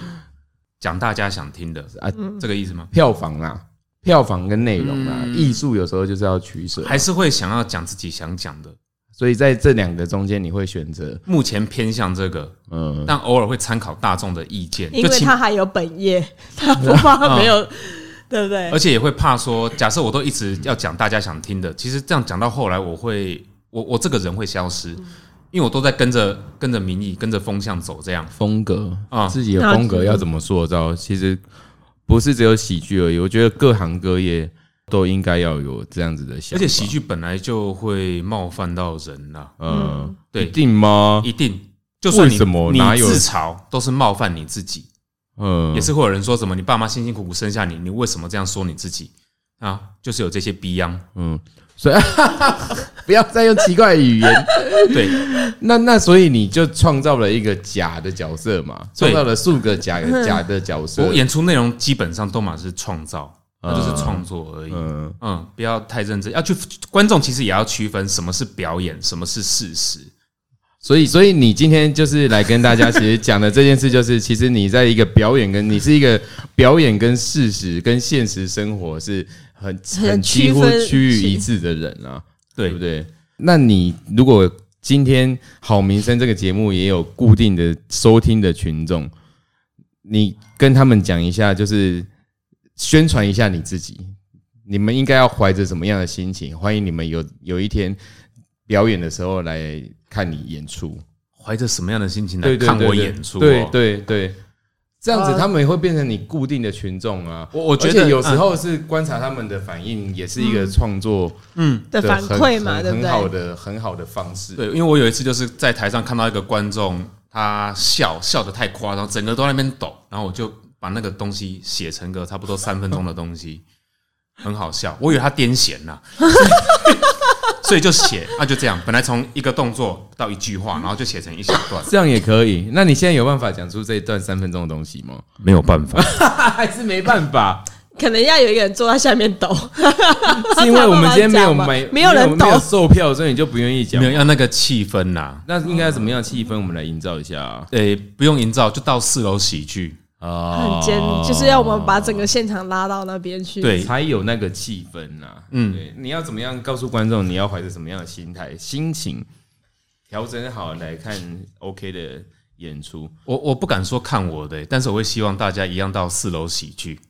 Speaker 3: 讲大家想听的
Speaker 1: 啊
Speaker 3: 啊，这个意思吗？
Speaker 1: 票房啦、票房跟内容啦，艺术、有时候就是要取舍，
Speaker 3: 嗯还是会想要讲自己想讲的。
Speaker 1: 所以在这两个中间，你会选择
Speaker 3: 目前偏向这个，
Speaker 1: 嗯，
Speaker 3: 但偶尔会参考大众的意见，
Speaker 2: 因
Speaker 3: 就
Speaker 2: 为
Speaker 3: 请
Speaker 2: 他还有本业，他不怕没有，对不对
Speaker 3: 而？且也会怕说，假设我都一直要讲大家想听的，其实这样讲到后来，我会，我我这个人会消失，
Speaker 1: 嗯
Speaker 3: 因为我都在跟着跟着民意、跟着风向走，这样
Speaker 1: 风格
Speaker 3: 啊
Speaker 1: 自己的风格要怎么塑造，其实不是只有喜剧而已。我觉得各行各业都应该要有这样子的想
Speaker 3: 而
Speaker 1: 法，
Speaker 3: 且喜剧本来就会冒犯到人啦、
Speaker 1: 嗯，
Speaker 3: 对
Speaker 1: 一定吗？
Speaker 3: 一定。就算你
Speaker 1: 为什么
Speaker 3: 你
Speaker 1: 哪有
Speaker 3: 自嘲都是冒犯你自己，
Speaker 1: 嗯，
Speaker 3: 也是会有人说什么你爸妈辛辛苦苦生下你，你为什么这样说你自己啊？就是有这些 逼样，
Speaker 1: 嗯，所以不要再用奇怪的语言。
Speaker 3: 对，
Speaker 1: 那那所以你就创造了一个假的角色嘛，
Speaker 3: 对
Speaker 1: 创造了数个 假的假的角色
Speaker 3: 我。演出内容基本上都嘛是创造，那就是创作而已。
Speaker 1: 嗯，
Speaker 3: 嗯，不要太认真，要去观众其实也要区分什么是表演，什么是事实。
Speaker 1: 所以，所以你今天就是来跟大家其实讲的这件事，就是其实你在一个表演跟你是一个表演跟事实跟现实生活是很很几乎趋于一致的人啊，对
Speaker 3: 对
Speaker 1: 不对？那你如果今天《好名声》这个节目也有固定的收听的群众，你跟他们讲一下，就是宣传一下你自己，你们应该要怀着什么样的心情？欢迎你们有有一天表演的时候来看你演出，
Speaker 3: 怀着什么样的心情来
Speaker 1: 对对
Speaker 3: 看
Speaker 1: 对
Speaker 3: 我
Speaker 1: 对
Speaker 3: 演出、哦？
Speaker 1: 对对对，这样子他们也会变成你固定的群众啊。
Speaker 3: 我我觉
Speaker 1: 而
Speaker 3: 得
Speaker 1: 且有时
Speaker 3: 嗯
Speaker 1: 候是观察他们的反应，也是一个创作
Speaker 2: 的
Speaker 1: 的
Speaker 2: 反
Speaker 1: 很
Speaker 2: 馈嘛，
Speaker 1: 很
Speaker 2: 对不
Speaker 1: 很好
Speaker 2: 对？
Speaker 1: 的很好的方式。
Speaker 3: 对，因为我有一次就是在台上看到一个观众，他笑笑的太夸张，整个都在那边抖，然后我就把那个东西写成个差不多三分钟的东西， 很好笑。我以为他癫 痫呐、所以就写，那、就这样。本来从一个动作到一句话，然后就写成一小段，
Speaker 1: 这样也可以。那你现在有办法讲出这一段三分钟的东西 吗？
Speaker 3: 没有办法。
Speaker 1: 还是没办 法，
Speaker 2: 可能要有一个人坐在下面抖，
Speaker 1: 是因为我们今天没有
Speaker 2: 他才有办法
Speaker 1: 买
Speaker 2: 讲，嘛没有人
Speaker 1: 没有
Speaker 2: 懂
Speaker 1: 售票，所以你就不愿意讲
Speaker 3: 没。有要那个气氛啊呐、
Speaker 1: 那应该怎么样的气氛，我们来营造一下啊？
Speaker 3: 诶、不用营造，就到四楼喜剧，
Speaker 1: 哦
Speaker 2: 很尖，就是要我们把整个现场拉到那边去。
Speaker 3: 对
Speaker 1: 才有那个气氛呐、啊。
Speaker 3: 嗯
Speaker 1: 对，你要怎么样告诉观众，你要怀着什么样的心态、心情，调整好来看 OK 的演出。
Speaker 3: 我我不敢说看我的、但是我会希望大家一样到四楼喜剧。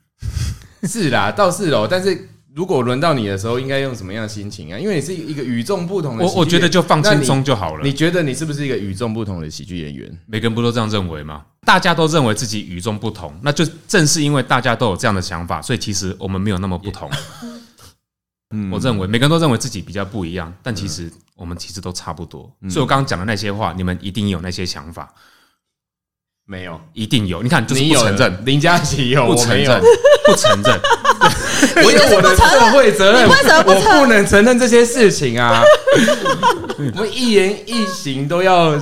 Speaker 1: 是啦，到四楼，但是。如果轮到你的时候，应该用什么样的心情啊？因为你是一个与众不同的喜剧
Speaker 3: 我
Speaker 1: 演员，
Speaker 3: 我觉得就放
Speaker 1: 那
Speaker 3: 轻
Speaker 1: 你
Speaker 3: 松就好了
Speaker 1: 你。觉得你是不是一个与众不同的喜剧演员？
Speaker 3: 每个人不都这样认为吗？大家都认为自己 与众不同，那就正是因为大家都有这样的想法，所以其实我们没有那么不同。
Speaker 1: 嗯
Speaker 3: 我认为每个人都认为自己比较不一样，但其实我们其实都差不多。
Speaker 1: 嗯
Speaker 3: 所以我刚刚讲的那些话，你们一定有那些想法，
Speaker 1: 没有，
Speaker 3: 一定有。你看，你就是
Speaker 1: 你
Speaker 3: 不
Speaker 1: 有
Speaker 3: 承认，
Speaker 1: 林佳琪有，
Speaker 3: 不
Speaker 1: 我
Speaker 3: 承
Speaker 1: 没有
Speaker 3: 认，，不承认。
Speaker 1: 我有我的社会责任，
Speaker 2: 你为什么不承认
Speaker 1: 我不能承认这些事情啊？ 我们一言一行都要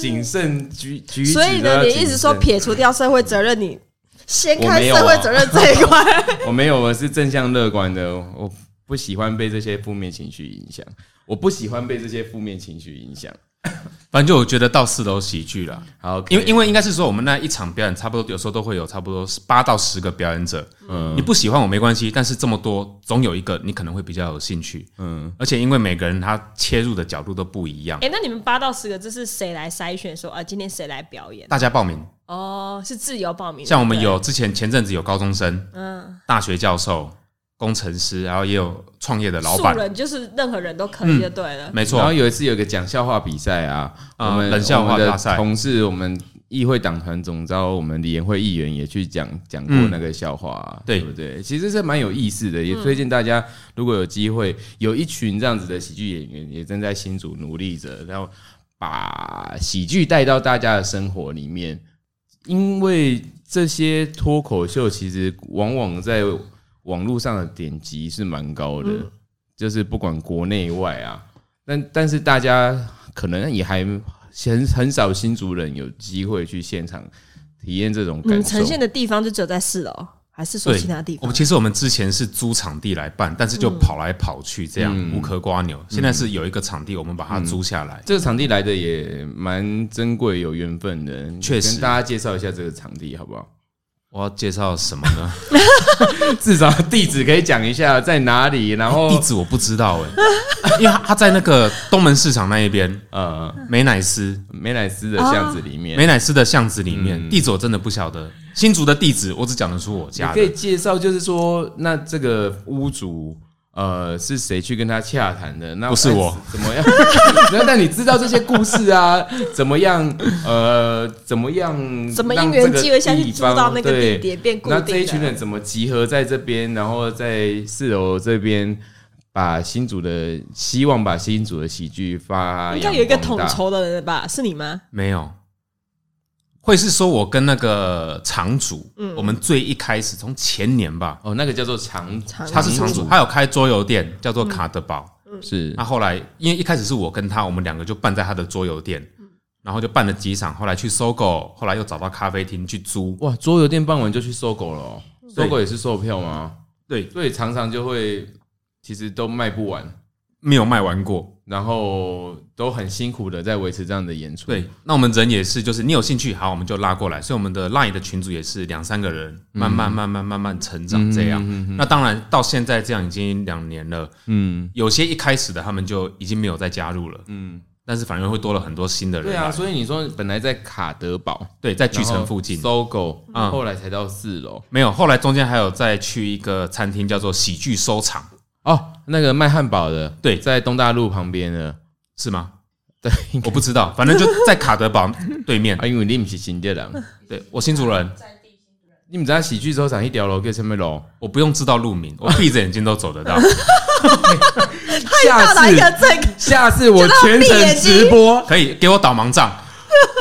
Speaker 1: 谨慎举举止都
Speaker 2: 所
Speaker 1: 要
Speaker 2: 以
Speaker 1: 谨慎，
Speaker 2: 呢，你一直说撇除掉社会责任，你先
Speaker 1: 我
Speaker 2: 看
Speaker 1: 没有啊
Speaker 2: 社会责任这一块。
Speaker 1: 我没有，我是正向乐观的，我不喜欢被这些负面情绪影响，我不喜欢被这些负面情绪影响。
Speaker 3: 反正就我觉得到四楼喜剧了。
Speaker 1: 好，
Speaker 3: 因为因
Speaker 1: 为
Speaker 3: 为应该是说，我们那一场表演差不多有时候都会有差不多八到十个表演者，
Speaker 1: 嗯
Speaker 3: 你不喜欢我没关系，但是这么多，总有一个你可能会比较有兴趣，
Speaker 1: 嗯，
Speaker 3: 而且因为每个人他切入的角度都不一样，
Speaker 4: 哎、那你们八到十个，这是谁来筛选说啊？今天谁来表演？
Speaker 3: 大家报名，
Speaker 4: 哦，是自由报名的。
Speaker 3: 像我们
Speaker 4: 对
Speaker 3: 有之前前阵子有高中生、
Speaker 4: 嗯，
Speaker 3: 大学教授、工程师，然后也有创业的老
Speaker 4: 素
Speaker 3: 板，
Speaker 4: 人就是任何人都可
Speaker 1: 嗯
Speaker 4: 以就对了。
Speaker 3: 没
Speaker 1: 然后
Speaker 3: 错，
Speaker 1: 有一次有个讲笑话比赛啊，我
Speaker 3: 啊
Speaker 1: 们
Speaker 3: 冷笑话
Speaker 1: 我们
Speaker 3: 大赛
Speaker 1: 的同事，我们议会党团总召，我们联会议员也去讲讲过
Speaker 3: 嗯
Speaker 1: 那个笑话、啊
Speaker 3: 对
Speaker 1: 不对？其实是蛮有意思的，也推荐大家如果有机会，有一群这样子的喜剧演员也正在新竹努力着，然后把喜剧带到大家的生活里面，因为这些脱口秀其实往往在网络上的点击是蛮高的，
Speaker 3: 嗯
Speaker 1: 就是不管国内外啊，但但是大家可能也还很很少新族人有机会去现场体验这种
Speaker 4: 你
Speaker 1: 感
Speaker 4: 们嗯
Speaker 1: 受。
Speaker 4: 呈现的地方就只有在四楼，还是说
Speaker 3: 对
Speaker 4: 其他地
Speaker 3: 我
Speaker 4: 方
Speaker 3: 们？其实我们之前是租场地来办，但是就跑来跑去这样无壳瓜牛。现在是有一个场地，我们把它租下来。
Speaker 1: 这个场地来的也蛮珍贵，有缘分的。
Speaker 3: 确实
Speaker 1: 跟大家介绍一下这个场地好不好？
Speaker 3: 我要介绍什么呢？
Speaker 1: 至少地址可以讲一下在哪里，然后
Speaker 3: 地址我不知道哎、 因为它它在那个东门市场那一边，
Speaker 1: 呃
Speaker 3: 美乃斯
Speaker 1: 美乃斯的巷子里面，
Speaker 3: 美乃斯的巷子里
Speaker 1: 嗯
Speaker 3: 面，地址我真的不晓得。新竹的地址我只讲得出我
Speaker 1: 你
Speaker 3: 家
Speaker 1: 可以
Speaker 3: 的，
Speaker 1: 介绍，就是说，那这个屋主呃是谁去跟他洽谈的？那哎
Speaker 3: 不是我
Speaker 1: 怎么样？ 那但你知道这些故事啊？怎么样？呃，怎么样？
Speaker 4: 怎么因缘际会下去租到那个地
Speaker 1: 点？
Speaker 4: 点变固
Speaker 1: 那
Speaker 4: 定的？
Speaker 1: 这一群人怎么集合在这边，然后在四楼这边？把新组的希望，把新组的喜剧发
Speaker 4: 应
Speaker 1: 扬
Speaker 4: 该有一个
Speaker 1: 光
Speaker 4: 统
Speaker 1: 啊大
Speaker 4: 筹的人吧？是你吗？
Speaker 3: 没有。会是说我跟那个场主，
Speaker 1: 嗯
Speaker 3: 我们最一开始从前年吧，
Speaker 1: 哦，那个叫做长，
Speaker 4: 场
Speaker 3: 他是场主，他有开桌游店，叫做卡德堡。
Speaker 1: 是
Speaker 3: 那后来，因为一开始是我跟他，我们两个就办在他的桌游店，
Speaker 1: 嗯
Speaker 3: 然后就办了几场，后来去搜狗，后来又找到咖啡厅去租。
Speaker 1: 哇，桌游店办完就去搜狗了、哦，
Speaker 4: 嗯
Speaker 3: 对
Speaker 1: 搜狗也是售票吗？
Speaker 3: 对，
Speaker 1: 所以常常就会其实都卖不完，
Speaker 3: 没有卖完过。
Speaker 1: 然后都很辛苦的在维持这样的演出。
Speaker 3: 对，，那我们人也是，就是你有兴趣，好，我们就拉过来。所以我们的 LINE 的群组也是两三个人，
Speaker 1: 嗯
Speaker 3: 慢慢慢慢慢慢成长这样。那当然到现在这样已经两年了，
Speaker 1: 嗯
Speaker 3: 有些一开始的他们就已经没有再加入了，
Speaker 1: 嗯，
Speaker 3: 但是反而会多了很多新的人
Speaker 1: 对
Speaker 3: 来。
Speaker 1: 啊，所以你说本来在卡德堡
Speaker 3: 对，在巨城附近
Speaker 1: 搜狗，
Speaker 3: 嗯
Speaker 1: 后来才到四楼
Speaker 3: 没有，后来中间还有再去一个餐厅叫做喜剧收场，
Speaker 1: 哦，那个卖汉堡的，
Speaker 3: 对
Speaker 1: 在东大路旁边的。
Speaker 3: 是吗？
Speaker 1: 对，
Speaker 3: 我不知道， 反正就在卡德堡对面
Speaker 1: 啊，。因为你不是新店 人，
Speaker 3: 对我新主人，
Speaker 1: 你们知道喜剧收场一条楼叫什么楼？
Speaker 3: 我不用知道路名，我闭着眼睛都走得到。
Speaker 1: 下
Speaker 2: 到达一
Speaker 1: 次
Speaker 2: 个这个，
Speaker 1: 下次我全
Speaker 2: 就让我闭
Speaker 1: 程
Speaker 2: 眼睛
Speaker 1: 直 播，
Speaker 3: 可以给我导盲杖，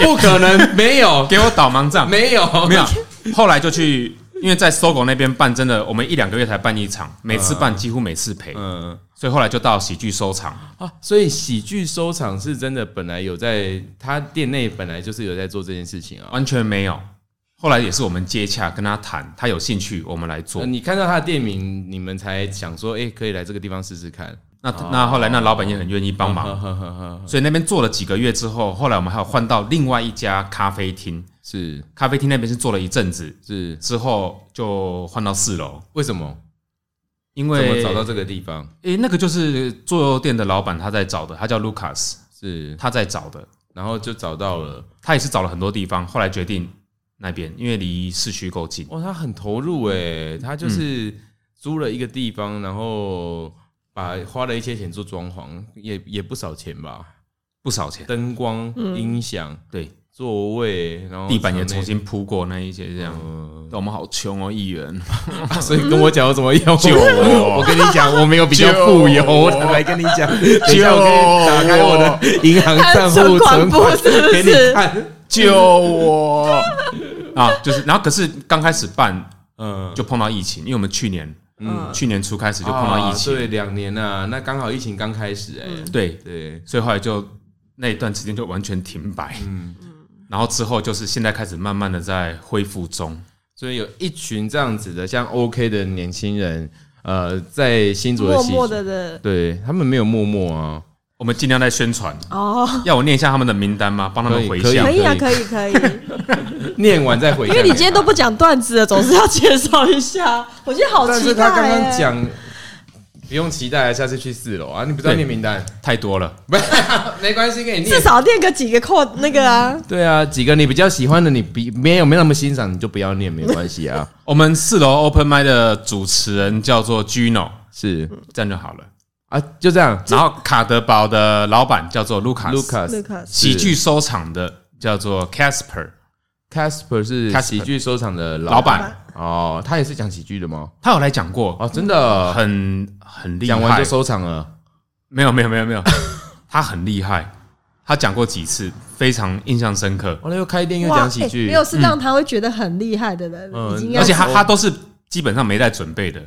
Speaker 1: 不可能没 有
Speaker 3: 给我导盲杖。
Speaker 1: 没有
Speaker 3: 没有，后来就去，因为在搜狗那边办，真的我们一两个月才办一场，每次办几乎每次赔，
Speaker 1: 嗯。
Speaker 3: 所以后来就到喜剧收场。
Speaker 1: 啊，所以喜剧收场是真的，本来有在他店内本来就是有在做这件事情啊。
Speaker 3: 完全没有。后来也是我们接洽跟他谈，他有兴趣，我们来做
Speaker 1: 呃。你看到他的店名，你们才想说，哎、可以来这个地方试试看。
Speaker 3: 那那后来那老板也很愿意帮忙，
Speaker 1: 忙
Speaker 3: 所以那边做了几个月之后，后来我们还有换到另外一家咖啡厅，
Speaker 1: 是
Speaker 3: 咖啡厅那边是做了一阵子，
Speaker 1: 是，
Speaker 3: 之后就换到四楼，
Speaker 1: 为什么？
Speaker 3: 因
Speaker 1: 怎么
Speaker 3: 为
Speaker 1: 找到这个地方？
Speaker 3: 诶、那个就是桌游店的老板他在找的，他叫 Lucas，
Speaker 1: 是，
Speaker 3: 他在找的，
Speaker 1: 然后就找到了。
Speaker 3: 他也是找了很多地方，后来决定那边，因为离市区够近。
Speaker 1: 哦，他很投入哎、他就是租了一个地方，然后把花了一些钱做装潢，也也不少钱吧，
Speaker 3: 不少钱，
Speaker 1: 灯光、音响，
Speaker 3: 对，
Speaker 1: 座位，然后
Speaker 3: 地板也
Speaker 1: 场内
Speaker 3: 重，新铺过那一些这样。哦
Speaker 1: 嗯
Speaker 3: 我们好穷哦，议 员。
Speaker 1: 啊所以跟我讲有什么 用？我我跟你讲，我没有比较富有，我坦白跟你 讲，等一下我可以打开我的银行账户
Speaker 2: 看存款
Speaker 1: 啊存
Speaker 2: 簿
Speaker 1: 款
Speaker 2: 是不
Speaker 1: 给
Speaker 2: 是
Speaker 1: 你看，
Speaker 3: 救我啊！就是，然后可是刚开始办
Speaker 1: 嗯，
Speaker 3: 就碰到疫情，因为我们去年
Speaker 2: 嗯
Speaker 3: 去年初开始就碰到疫情，
Speaker 1: 啊对，两年啊，那刚好疫情刚开始，
Speaker 2: 嗯
Speaker 1: 哎，
Speaker 3: 对，
Speaker 1: 对，
Speaker 3: 所以后来就那一段时间就完全停摆，
Speaker 1: 嗯，
Speaker 3: 然后之后就是现在开始慢慢的在恢复中，
Speaker 1: 所以有一群这样子的，像 OK 的年轻人，呃，在新竹的
Speaker 2: 默
Speaker 1: 习
Speaker 2: 默的的
Speaker 1: 对他们没有默默啊，
Speaker 3: 我们尽量在宣传。
Speaker 2: 哦，
Speaker 3: 要我念一下他们的名单吗？帮他们回
Speaker 1: 可以
Speaker 3: 想
Speaker 2: 可。以啊，
Speaker 1: 可
Speaker 2: 可以 可以，
Speaker 1: 念完再回家
Speaker 2: 因为你今天都不讲段子了，总是要介绍 一下。我觉得好
Speaker 1: 但
Speaker 2: 期
Speaker 1: 是
Speaker 2: 待、
Speaker 1: 他
Speaker 2: 欸。
Speaker 1: 刚
Speaker 4: 哎
Speaker 1: 刚讲，不用期待，下次去四楼啊！你不知道
Speaker 3: 对
Speaker 1: 念名单，
Speaker 3: 太多了，
Speaker 1: 不没关系，给你
Speaker 2: 至
Speaker 1: 念。
Speaker 2: 少念个几个扣那个啊，
Speaker 1: 对啊，几个你比较喜欢的，你比没有没那么欣赏，你就不要念，没关系 啊。
Speaker 3: 我们四楼 open m i 的主持人叫做 Gino，
Speaker 1: 是
Speaker 3: 这样就好了。
Speaker 1: 啊，就这样。
Speaker 3: 然后卡德堡的老板叫做 Lucas，
Speaker 1: Lucas
Speaker 4: 啊
Speaker 2: Lucas
Speaker 3: 喜剧收场的叫做 Casper，
Speaker 1: Casper 是
Speaker 3: Casper
Speaker 1: 喜剧收场的
Speaker 3: 老
Speaker 1: 老板
Speaker 3: 板，
Speaker 1: 哦，他也是讲喜剧的吗？
Speaker 3: 他有来讲过，
Speaker 1: 哦，真的，
Speaker 3: 很很厉
Speaker 1: 讲完
Speaker 3: 嗯害
Speaker 1: 就。收场了。
Speaker 3: 没有没有没有没有， 他很厉害，他讲过几次，非常印象深刻。
Speaker 1: 完了哦又开店又
Speaker 2: 哇
Speaker 1: 讲喜
Speaker 2: 欸
Speaker 4: 哎
Speaker 1: 剧
Speaker 3: 哎
Speaker 2: 没，有是让他会觉得很厉害的人，
Speaker 1: 嗯
Speaker 2: 已经要
Speaker 3: 而且他
Speaker 1: 哦
Speaker 3: 他都是基本上没在准备的，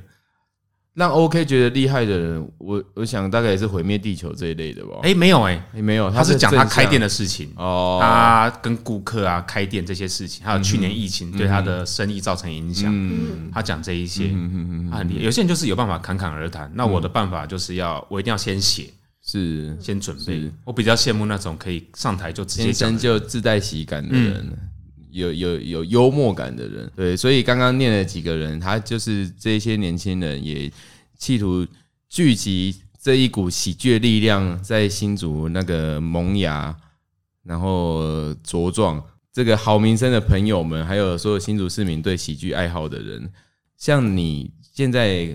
Speaker 1: 让 OK 觉得厉害的人，我我想大概也是毁灭地球这一类的吧。
Speaker 3: 哎、没有哎、
Speaker 1: 哎，没有，
Speaker 3: 他是讲他开店
Speaker 1: 的
Speaker 3: 的啊事情，
Speaker 1: 哦，
Speaker 3: 他跟顾客啊开店这些事情，还有去年疫情对他的生意造成影响，
Speaker 1: 嗯
Speaker 3: 他讲这一些，
Speaker 1: 嗯嗯嗯
Speaker 3: 他很厉害。有些人就是有办法侃侃而谈，那我的办法就是要我一定要先写，
Speaker 1: 是
Speaker 3: 先准备
Speaker 1: 是。
Speaker 3: 我比较羡慕那种可以上台就直接
Speaker 1: 天
Speaker 3: 讲嗯
Speaker 1: 生
Speaker 3: 的，
Speaker 1: 就自带喜感的人，有有有幽默感的人，对，所以刚刚念了几个人，他就是这些年轻人也企图聚集这一股喜剧的力量，在新竹那个萌芽，然后茁壮。这个好名声的朋友们，还有所有新竹市民对喜剧爱好的人，像你现在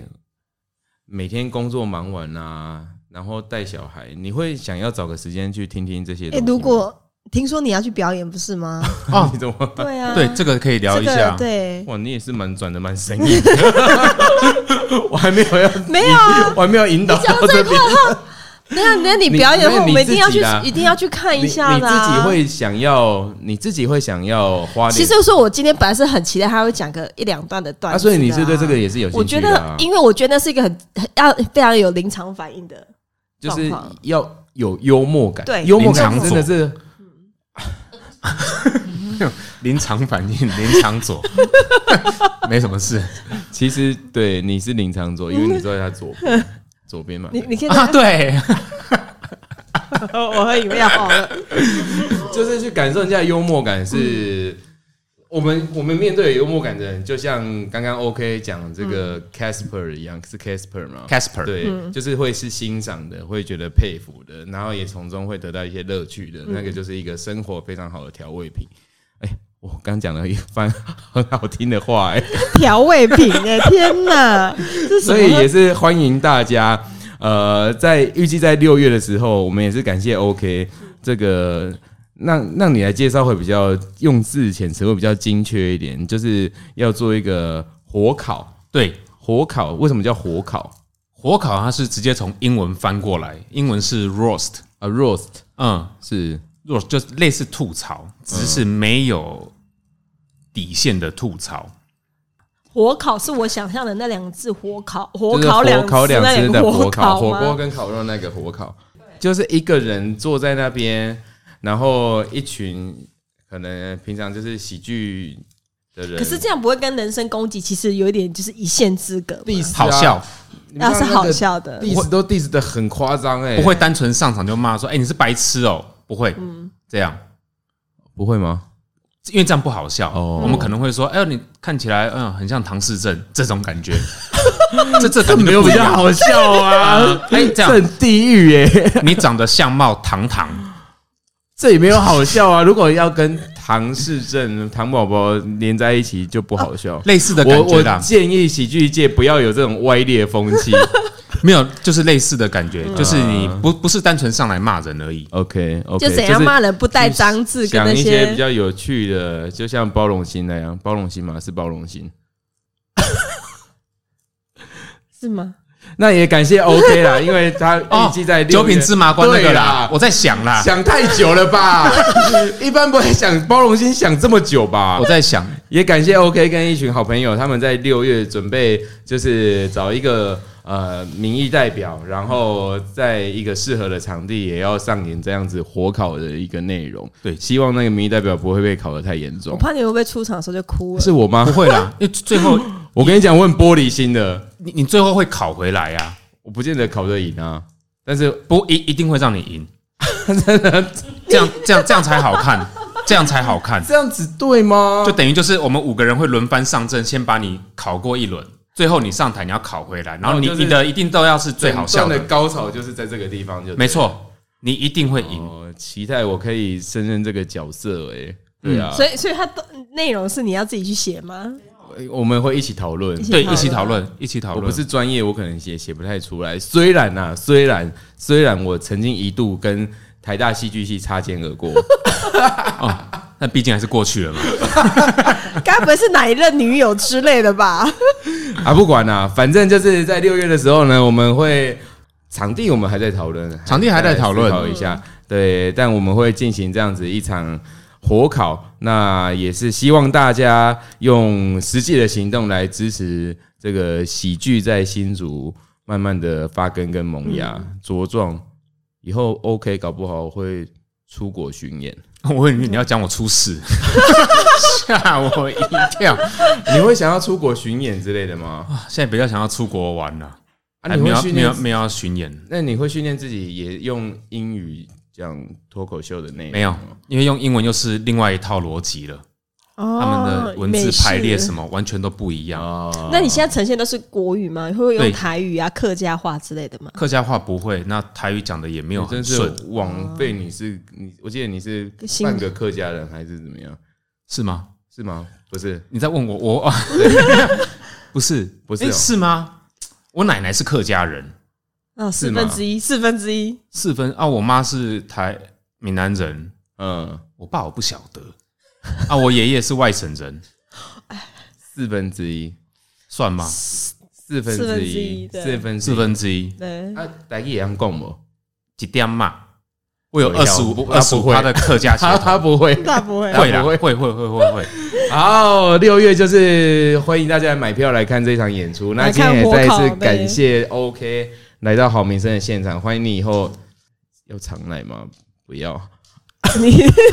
Speaker 1: 每天工作忙完啊，然后带小孩，你会想要找个时间去听听这些东
Speaker 2: 哎、
Speaker 1: 西吗？
Speaker 2: 如果听说你要去表演，不是 吗？
Speaker 1: 哦， 你怎么
Speaker 2: 对啊，
Speaker 3: 对这个可以聊一
Speaker 2: 这
Speaker 3: 下
Speaker 2: 个、。对，
Speaker 1: 哇，你也是蛮转的蛮生硬的， 我还没有要，
Speaker 2: 没有啊。
Speaker 1: 我还没有引导
Speaker 2: 讲
Speaker 1: 到
Speaker 2: 到这
Speaker 1: 这
Speaker 2: 块
Speaker 1: 边。
Speaker 2: 的话，等一下等一下你表演的
Speaker 1: 没有
Speaker 2: 话，我们一定要去
Speaker 1: 你自己的啊，
Speaker 2: 一定要去看
Speaker 1: 你
Speaker 2: 一下的、啊。
Speaker 1: 你自己。会想要，你自己会想要花点。
Speaker 2: 其实说，我今天本来是很期待他会讲个一两段的段
Speaker 1: 啊，
Speaker 2: 子
Speaker 1: 所以你
Speaker 2: 的
Speaker 1: 是对这个也是有
Speaker 2: 我
Speaker 1: 兴
Speaker 2: 觉
Speaker 1: 趣
Speaker 2: 得
Speaker 1: 的、啊，，
Speaker 2: 因为我觉得那是一个很很要非常有临场反应的。
Speaker 1: 就是
Speaker 2: 状况
Speaker 1: 要有幽默感。
Speaker 2: 对
Speaker 1: 幽默
Speaker 3: 临
Speaker 1: 感
Speaker 3: 场
Speaker 1: 真的
Speaker 3: 所
Speaker 1: 是
Speaker 3: 临场反 应，临场左， 没什么事
Speaker 1: 其实对你是临场左，因为你坐在他左 边，左边嘛。
Speaker 2: 你你可以
Speaker 3: 啊。对，
Speaker 2: 我喝饮 料哦好了。
Speaker 1: 就是去感受人家的幽默感
Speaker 2: 嗯
Speaker 1: 是。我们我们面对有幽默感的人，就像刚刚 OK 讲这个
Speaker 2: 嗯
Speaker 1: Casper 一样，是 Casper 吗
Speaker 3: Casper
Speaker 1: 对，就是会是欣赏的，会觉得佩服的，然后也从中会得到一些乐趣
Speaker 2: 嗯
Speaker 1: 的，那个就是一个生活非常好的调味品。哎、我刚讲了一番很好听的话、哎。
Speaker 2: 调味品哎、天哪，这 是什
Speaker 1: 所
Speaker 2: 么
Speaker 1: 以也是欢迎大家。呃，在预计在六月的时候，我们也是感谢 OK 这个，让让你来介绍会比较用字遣词会比较精确一点，就是要做一个火烤。
Speaker 3: 对，
Speaker 1: 火烤为什么叫火烤
Speaker 3: 火烤它是直接从英文翻过来，英文是 roast，
Speaker 1: 啊？Roast
Speaker 3: 嗯
Speaker 1: 是
Speaker 3: ，roast 就是类似吐槽，
Speaker 1: 嗯
Speaker 3: 只是没有底线的吐槽。
Speaker 4: 火烤是我想象的那两字火烤，火
Speaker 1: 就是
Speaker 4: 烤
Speaker 1: 火烤
Speaker 4: 次
Speaker 1: 两
Speaker 4: 那
Speaker 1: 只
Speaker 4: 两
Speaker 1: 的
Speaker 4: 个
Speaker 1: 火烤，
Speaker 4: 烤
Speaker 1: 火锅
Speaker 4: 吗？
Speaker 1: 跟烤肉那个火烤，就是一个人坐在那边，然后一群可能平常就是喜剧的人，
Speaker 4: 可是这样不会跟人身攻击其实有一点就是一线之隔嘛，
Speaker 1: diss
Speaker 3: 好
Speaker 1: 啊
Speaker 3: 笑，
Speaker 1: 你们
Speaker 2: 要
Speaker 1: 知
Speaker 2: 是
Speaker 1: 道那
Speaker 2: 好
Speaker 1: 个
Speaker 2: 笑的，
Speaker 1: diss 都 diss 的很夸张哎，
Speaker 3: 不会单纯上场就骂说：“哎、你是白痴哦、不会，
Speaker 1: 嗯
Speaker 3: 这样，
Speaker 1: 不会吗？
Speaker 3: 因为这样不好笑。
Speaker 1: 哦
Speaker 3: 我们可能会说：“哎、呦，你看起来嗯、很像唐氏症这种感 觉。这”这这 没有
Speaker 1: 比较好
Speaker 3: 笑 啊！哎、这样
Speaker 1: 很地狱耶，
Speaker 3: 你长得相貌堂堂，
Speaker 1: 这也没有好笑啊。如果要跟唐氏症、唐宝宝连在一起，就不好笑。
Speaker 3: 哦类似的
Speaker 1: 我
Speaker 3: 感觉
Speaker 1: 我
Speaker 3: 啦。
Speaker 1: 建议喜剧界不要有这种歪劣风气，
Speaker 3: 没有，就是类似的感觉，
Speaker 1: 嗯
Speaker 3: 就是你不不是单纯上来骂人而已。
Speaker 1: OK OK，
Speaker 4: 就怎样骂人不带脏字，跟
Speaker 1: 想
Speaker 4: 那
Speaker 1: 一些比
Speaker 4: 些
Speaker 1: 较有趣的，就像包容心那样，包容心嘛是包容心。
Speaker 4: 是吗？
Speaker 1: 那也 感谢 OK 啦，因为他预计在六
Speaker 3: 哦九
Speaker 1: 月
Speaker 3: 品芝麻官那个
Speaker 1: 对
Speaker 3: 啦
Speaker 1: 啦，，
Speaker 3: 我在想啦，
Speaker 1: 想太久了吧？ 一般不会想包容心想这么久吧
Speaker 3: 我？在想，
Speaker 1: 也感谢 OK 跟一群好朋友，他们在六月准备就是找一个呃民意代表，然后在一个适合的场地也要上演这样子火烤的一个内容。
Speaker 3: 对
Speaker 1: 希望那个民意代表不会被烤得太严
Speaker 4: 我
Speaker 1: 重。
Speaker 4: 怕你会不会出场的时候就哭了
Speaker 1: 是。我吗
Speaker 3: 不？会啦，因为最后
Speaker 1: 我跟你讲，我很玻璃心的，
Speaker 3: 你你最后会考回来啊，
Speaker 1: 我不见得考得赢啊。但是
Speaker 3: 不一一定会让你赢，这样这样这样才好看，这样才好看，
Speaker 1: 这样子对吗？
Speaker 3: 就等于就是我们五个人会轮番上阵，先把你考过一轮，最后你上台你要考回来，然后你
Speaker 1: 哦就是
Speaker 3: 你的一定都要是最好笑
Speaker 1: 整段
Speaker 3: 的
Speaker 1: 的，高潮就是在这个地方就，
Speaker 3: 没。错，你一定会赢。
Speaker 1: 哦，期待我可以胜任这个角色、欸，对啊，
Speaker 4: 所以，所以它都内容是你要自己去写吗？
Speaker 1: 我们会一起讨论。
Speaker 3: 对，一起讨论，一起讨
Speaker 1: 我
Speaker 3: 论。
Speaker 1: 不是专业，我可能写写不太出来。虽然呐、虽然虽然我曾经一度跟台大戏剧系擦肩而过，
Speaker 3: 那毕竟还是过去了嘛。
Speaker 4: 该不会是哪一任女友之类的吧？
Speaker 1: 啊，不管啦、反正就是在六月的时候呢，我们会场地我们还在讨论，
Speaker 3: 场地还在讨论
Speaker 1: 思考一下。对，但我们会进行这样子一场火烤，那也是希望大家用实际的行动来支持这个喜剧在新竹慢慢的发根跟萌芽、
Speaker 3: 嗯
Speaker 1: 茁壮。以后 OK，搞不好会出国巡 演。
Speaker 3: 我以为你要讲我出事，吓我一跳。
Speaker 1: 你会想要出国巡演之类的吗？
Speaker 3: 现在比较想要出国玩了，
Speaker 1: 啊，
Speaker 3: 还
Speaker 1: 你
Speaker 3: 没
Speaker 1: 会
Speaker 3: 有
Speaker 1: 训
Speaker 3: 没
Speaker 1: 练
Speaker 3: 有没有要巡演，
Speaker 1: 那你会训练自己也用英语讲脱口秀的内容？
Speaker 3: 没有，因为用英文又是另外一套逻辑了，
Speaker 4: 哦
Speaker 3: 他们的文字排列什
Speaker 4: 么？
Speaker 3: 么完全都不一样。
Speaker 1: 啊
Speaker 4: 那你现在呈现都是国语吗？会不会
Speaker 3: 对
Speaker 4: 用台语啊、客家话之类的吗？
Speaker 3: 客家话不会，那台语讲的也没有
Speaker 1: 你真
Speaker 3: 很
Speaker 1: 是
Speaker 3: 顺，
Speaker 1: 枉费你是你，我记得你是
Speaker 4: 新
Speaker 1: 半个客家人还是怎么样？
Speaker 3: 是吗？
Speaker 1: 是吗？不是，
Speaker 3: 你在问我， 我 啊，不是
Speaker 1: 不是
Speaker 3: 诶
Speaker 1: 哦
Speaker 3: 是吗？我奶奶是客家人，
Speaker 4: 啊，
Speaker 1: 是
Speaker 4: 四
Speaker 1: 吗
Speaker 4: 分之一，四分之一。
Speaker 3: 四分啊，我妈是台闽南人，
Speaker 1: 嗯，
Speaker 3: 我爸我不晓得啊，我爷爷是外省人，
Speaker 1: 四分之一，
Speaker 3: 算吗？
Speaker 1: 四
Speaker 4: 四
Speaker 1: 分
Speaker 4: 分
Speaker 1: 之
Speaker 4: 之
Speaker 1: 一
Speaker 4: 一，对
Speaker 1: 四分之
Speaker 3: 四
Speaker 1: 一。
Speaker 3: 分之一，
Speaker 4: 对，
Speaker 1: 啊，大家也要共我，
Speaker 3: 几点嘛？我有
Speaker 1: 我
Speaker 3: 二
Speaker 1: 要
Speaker 3: 十
Speaker 1: 不
Speaker 3: 五
Speaker 1: 他
Speaker 3: 二十
Speaker 1: 不
Speaker 3: 五
Speaker 1: 会
Speaker 3: 趴的客家 血
Speaker 1: 他他不会。
Speaker 2: 那不 会
Speaker 3: 统，会啦，
Speaker 1: 不会
Speaker 3: 会会会会会。
Speaker 1: 好，六月就是欢迎大家买票来看这场演出。那
Speaker 4: 来
Speaker 1: 今
Speaker 4: 看
Speaker 1: 天也
Speaker 4: 火
Speaker 1: 再一次
Speaker 4: 烤呗
Speaker 1: 感谢 OK 来到好民生的现场，欢迎你以后要常来吗？不要。
Speaker 2: 你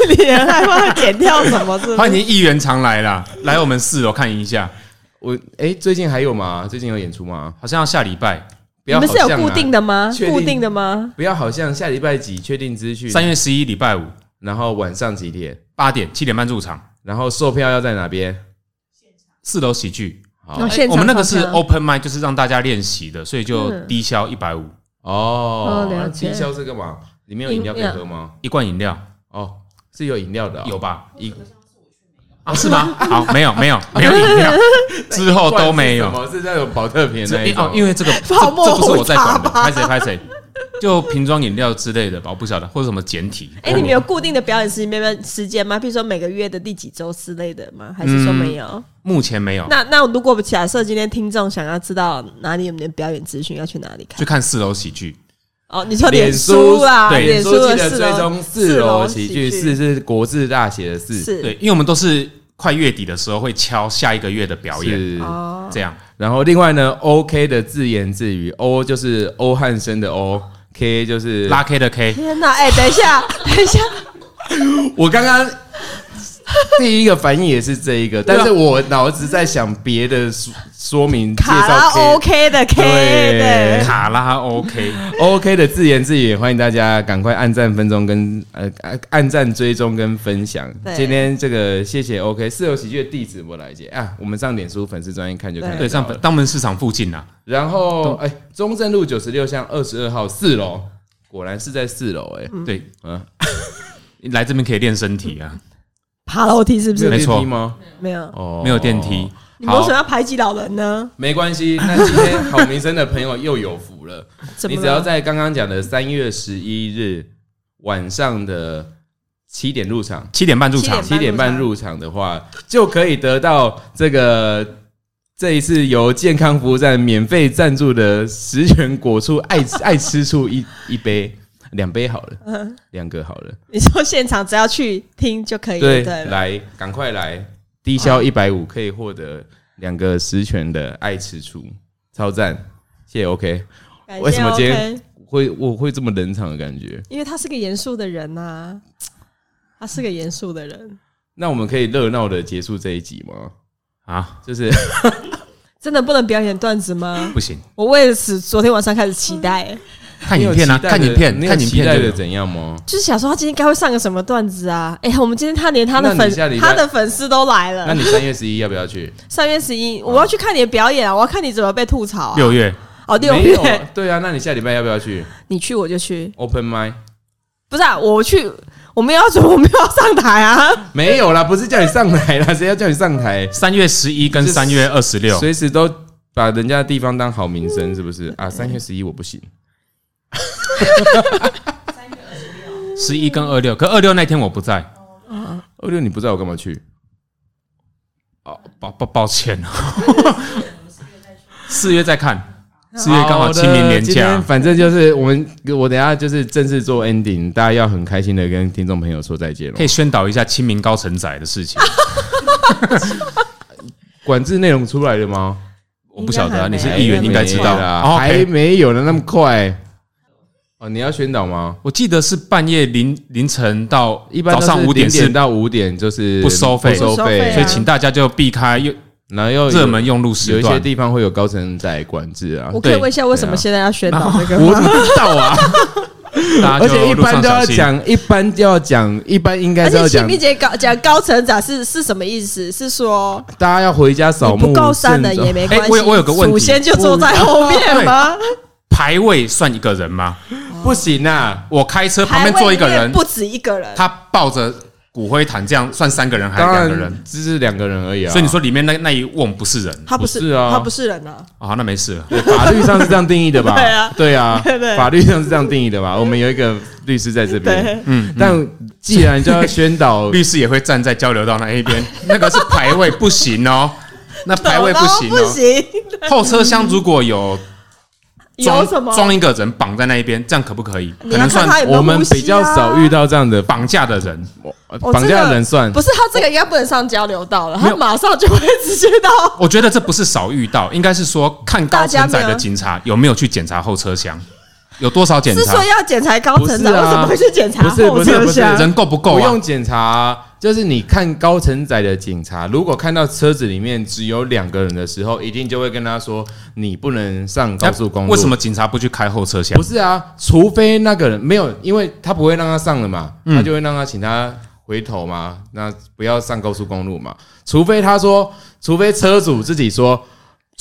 Speaker 2: 你也害怕剪掉什么？是不是
Speaker 3: 欢迎议员常来啦，来我们四楼看一下，
Speaker 1: 我哎、最近还有吗？最近有演出吗？
Speaker 3: 好像要下礼拜
Speaker 1: 不
Speaker 4: 你
Speaker 1: 要
Speaker 4: 们
Speaker 1: 好
Speaker 4: 是有
Speaker 1: 像啊
Speaker 4: 固定的吗？
Speaker 1: 确定
Speaker 4: 固定的吗？
Speaker 1: 不要好像下礼拜几确定资讯，
Speaker 3: 三月十一礼拜五
Speaker 1: 然后晚上几点，
Speaker 3: 八点七点半入场，
Speaker 1: 然后售票要在哪边？
Speaker 3: 四楼喜剧。
Speaker 1: 好
Speaker 4: 哦现场
Speaker 3: 我们那个是
Speaker 4: 好像
Speaker 3: open mic，就是让大家练习的，所以就
Speaker 4: 嗯
Speaker 3: 低消一百五
Speaker 1: 哦
Speaker 4: 哦，
Speaker 1: 那
Speaker 4: 了解
Speaker 1: 低消是干嘛？里面有饮料可以喝吗？
Speaker 3: 一罐饮料，
Speaker 1: 哦，是有饮料的哦、
Speaker 3: 有吧？
Speaker 1: 一
Speaker 3: 啊，是 吗？好，没有没有没有饮料，之后都没有
Speaker 1: 罐。是什么是那种保特瓶的
Speaker 3: 这
Speaker 1: 那一
Speaker 3: 哦
Speaker 1: 种，，
Speaker 3: 因为 这个这
Speaker 2: 泡沫
Speaker 3: 这不是我在管的，
Speaker 2: 红茶吧
Speaker 3: 拍谁拍谁，就瓶装饮料之类的吧，我不晓得或者什么简体。
Speaker 4: 哎，你们有固定的表演时间时间吗？比如说每个月的第几周之类的吗？还是说没
Speaker 1: 嗯
Speaker 4: 有？
Speaker 3: 目前没有，
Speaker 4: 那那如果假设今天听众想要知道哪里有你的表演资讯，要去哪里
Speaker 3: 去
Speaker 4: 看？
Speaker 3: 看四楼喜剧。
Speaker 4: 哦，你说
Speaker 1: 脸
Speaker 4: 书啦，
Speaker 3: 对
Speaker 1: 脸
Speaker 4: 脸
Speaker 1: 书
Speaker 4: 书
Speaker 1: 记
Speaker 4: 的
Speaker 1: 得
Speaker 4: 四
Speaker 1: 追踪
Speaker 4: 楼
Speaker 1: 四楼喜剧，
Speaker 4: 四
Speaker 1: 四是国字大写的四，
Speaker 4: 是
Speaker 3: 对，因为我们都是快月底的时候会敲下一个月的表演，
Speaker 1: 是。
Speaker 4: 哦，
Speaker 3: 这样
Speaker 1: 然后另外呢，OK 的自言自语，O 就是欧汉生的 O，K 就是
Speaker 3: 拉 K 的 K，
Speaker 4: 天哪！哎，等一下， 等一下，
Speaker 1: 我 刚刚第一个反应也是这一个，
Speaker 4: 啊
Speaker 1: 但是我脑子在想别的说说明介
Speaker 4: 卡拉
Speaker 1: 绍 K-
Speaker 4: OK 的 K
Speaker 1: 对
Speaker 4: 对。
Speaker 3: 卡拉 OK，
Speaker 1: OK 的自言自语，欢迎大家赶快按赞、分钟跟呃按按赞、追踪跟分享。
Speaker 4: 对
Speaker 1: 今天这个谢谢 OK 四楼喜剧的地址我来接啊，我们上脸书粉丝专业看就看得到
Speaker 3: 对，上
Speaker 1: 了
Speaker 3: 本当门市场附近啊，
Speaker 1: 然后哎、中正路九十六巷二十二号四楼，果然是在四楼哎、
Speaker 3: 对，
Speaker 1: 嗯
Speaker 3: 来这边可以练身体啊。
Speaker 2: 爬楼梯是不是？
Speaker 1: 没有
Speaker 3: 没错
Speaker 1: 电梯吗？
Speaker 2: 没有，
Speaker 1: 哦
Speaker 3: 没有电梯。
Speaker 2: 你们为
Speaker 3: 好
Speaker 2: 什么，要排挤老人呢？
Speaker 1: 没关系，那今天好民生的朋友又有福了。
Speaker 2: 怎
Speaker 1: 你
Speaker 2: 么
Speaker 1: 只要
Speaker 2: 了？
Speaker 1: 在刚刚讲的三月十一日晚上的七点入场，
Speaker 3: 七点半入场
Speaker 2: 7，
Speaker 1: 七点半入场的话，就可以得到这个这一次由健康服务站免费赞助的十全果醋爱吃 爱吃醋一一杯。两杯好 了，两个好了，
Speaker 2: 你说现场只要去听就可以了，
Speaker 1: 对，
Speaker 2: 对了，
Speaker 1: 来，赶快来，低消一百五可以获得两个十全的爱吃醋，超赞，谢谢 OK。
Speaker 2: 感
Speaker 1: 为什
Speaker 2: 谢
Speaker 1: 么今天
Speaker 2: OK，
Speaker 1: 会我会这么冷场的感觉？
Speaker 2: 因为他是个严肃的人呐、他是个严肃的人，
Speaker 1: 那我们可以热闹的结束这一集吗？
Speaker 3: 啊，
Speaker 1: 就是
Speaker 2: 真的不能表演段子吗？
Speaker 3: 不行，
Speaker 2: 我为此昨天晚上开始期待，
Speaker 3: 看
Speaker 1: 你有
Speaker 3: 影片啊，
Speaker 1: 期待的
Speaker 3: 看影片，
Speaker 1: 你有
Speaker 3: 看影
Speaker 1: 期
Speaker 3: 片
Speaker 1: 待
Speaker 3: 就
Speaker 1: 的
Speaker 3: 有
Speaker 1: 怎样吗？
Speaker 2: 就是想说他今天该会上个什么段子啊？哎、我们今天他连他的
Speaker 1: 那
Speaker 2: 粉
Speaker 1: 你下礼拜
Speaker 2: 他的粉丝都来
Speaker 1: 那
Speaker 2: 了。
Speaker 1: 你三月十一要不要去？
Speaker 2: 三月十一，我要去看你的表演啊！我要看你怎么被吐槽啊！
Speaker 3: 六月
Speaker 2: 哦，六
Speaker 1: 没有啊
Speaker 2: 月，
Speaker 1: 对啊，那你下礼拜要不要去
Speaker 2: 你去我就去，
Speaker 1: Open m i
Speaker 2: 不是啊，我去，我们要 我们要上台啊！
Speaker 1: 没有啦，不是叫你上台啦，谁 要叫你上台？
Speaker 3: 三月十一跟
Speaker 1: 就是
Speaker 3: 三月二十六，
Speaker 1: 随时都把人家的地方当好名声，是不是啊？三月十一我不行，
Speaker 3: 十一跟二六，可二六那天我不在，
Speaker 1: 二六你不在我干嘛去？
Speaker 3: 哦，抱抱抱歉哦， 四月再看，四月刚好
Speaker 1: 的
Speaker 3: 清明年
Speaker 1: 今天
Speaker 3: 假，
Speaker 1: 反正就是我们，我等一下就是正式做 ending，大家要很开心的跟听众朋友说再见了
Speaker 3: 可。以宣导一下清明高承载的事情。
Speaker 1: 管制内容出来了吗？
Speaker 3: 我不晓得啊，
Speaker 2: 应该还没哎
Speaker 3: 你是议员应该知道
Speaker 1: 没啦
Speaker 3: 哦
Speaker 1: 还
Speaker 3: OK
Speaker 1: 没有呢，那么快。哦，你要宣导吗？
Speaker 3: 我记得是半夜凌凌晨到
Speaker 1: 一般
Speaker 3: 早
Speaker 1: 都是
Speaker 3: 上五点
Speaker 1: 0
Speaker 3: 是，
Speaker 1: 到五点就是
Speaker 3: 不收费
Speaker 1: 不收
Speaker 2: 不收费
Speaker 1: 费，
Speaker 2: 啊
Speaker 3: 所以请大家就避开又
Speaker 1: 然后又
Speaker 3: 热门用路
Speaker 1: 有
Speaker 3: 时
Speaker 1: 一些
Speaker 3: 段。
Speaker 1: 地方会有高层在管制啊
Speaker 2: 我。可以
Speaker 3: 对
Speaker 2: 问一下，为什么现在要宣导这 个
Speaker 1: 我
Speaker 2: 吗？
Speaker 1: 怎么知道啊？
Speaker 3: 大家
Speaker 1: 而
Speaker 3: 就
Speaker 1: 且一
Speaker 3: 路上
Speaker 1: 般都要
Speaker 3: 小心，
Speaker 1: 讲，一般就要讲，一般应该
Speaker 2: 而
Speaker 1: 是要
Speaker 2: 且
Speaker 1: 讲
Speaker 2: 清，明节高讲高成长是是什么意思？是说
Speaker 1: 大家要回家扫
Speaker 2: 你
Speaker 1: 墓。
Speaker 2: 不够三人也没关
Speaker 3: 哎
Speaker 2: 系。
Speaker 3: 我有我有个问题嗯
Speaker 2: 祖先就坐在后面吗？
Speaker 3: 排位算一个人吗？
Speaker 1: 不行啊！
Speaker 3: 我开车旁边坐一个
Speaker 2: 排位里
Speaker 3: 人
Speaker 2: 面，不止一个人，
Speaker 3: 他抱着骨灰坛，这样算三个人还是
Speaker 1: 当
Speaker 3: 两个人？
Speaker 1: 然只是两个人而已啊。
Speaker 3: 所以你说里面那那一瓮不是人
Speaker 2: 他不
Speaker 1: 不是啊
Speaker 2: 他不是人啊。
Speaker 3: 啊？那没事了，
Speaker 1: 对法律上是这样定义的吧？
Speaker 2: 对啊
Speaker 1: 对啊，
Speaker 2: 对
Speaker 1: 法律上是这样定义 的吧？我们有一个律师在这边
Speaker 2: 对，
Speaker 1: 嗯，但既然就要宣 导，
Speaker 3: 律师也会站在交流道那一边，那个是排位不行哦，那排位不行
Speaker 2: 啊不
Speaker 3: 哦。
Speaker 2: 行，
Speaker 3: 后车厢如果有
Speaker 2: 有
Speaker 3: 装
Speaker 2: 什么？
Speaker 3: 装一个人绑在那一边，这样可不可以？
Speaker 2: 你
Speaker 3: 可
Speaker 2: 要
Speaker 3: 能
Speaker 2: 看他
Speaker 3: 算
Speaker 2: 有没
Speaker 1: 我
Speaker 2: 有
Speaker 1: 们
Speaker 2: 呼吸啊
Speaker 1: 比较少遇到这样的
Speaker 3: 绑架的人，
Speaker 2: 哦
Speaker 1: 绑架
Speaker 2: 这个
Speaker 1: 人算
Speaker 2: 不是他这个应该不能上交流道了，
Speaker 3: 没
Speaker 2: 他
Speaker 3: 有
Speaker 2: 马上就会直接到。
Speaker 3: 我觉得这不是少遇到，应该是说看高承载的警察有没有去检查后车厢，有多少检
Speaker 2: 是
Speaker 3: 查
Speaker 2: 说，要检查高层
Speaker 1: 不
Speaker 2: 长，
Speaker 1: 是啊
Speaker 2: 为什么会去检查
Speaker 1: 不是
Speaker 2: 后
Speaker 1: 不是
Speaker 2: 车
Speaker 1: 不是
Speaker 2: 厢？？
Speaker 3: 人够不够
Speaker 1: 不
Speaker 3: 啊
Speaker 1: 用？检查啊，就是你看高承载的警察，如果看到车子里面只有两个人的时候，一定就会跟他说你不能上高速公路。
Speaker 3: 为什么？警察不去开后车厢
Speaker 1: 不？是啊，除非那个人没有，因为他不会让他上了嘛，他就会让他请他回头嘛，那不要上高速公路嘛。除非他说，除非车主自己说。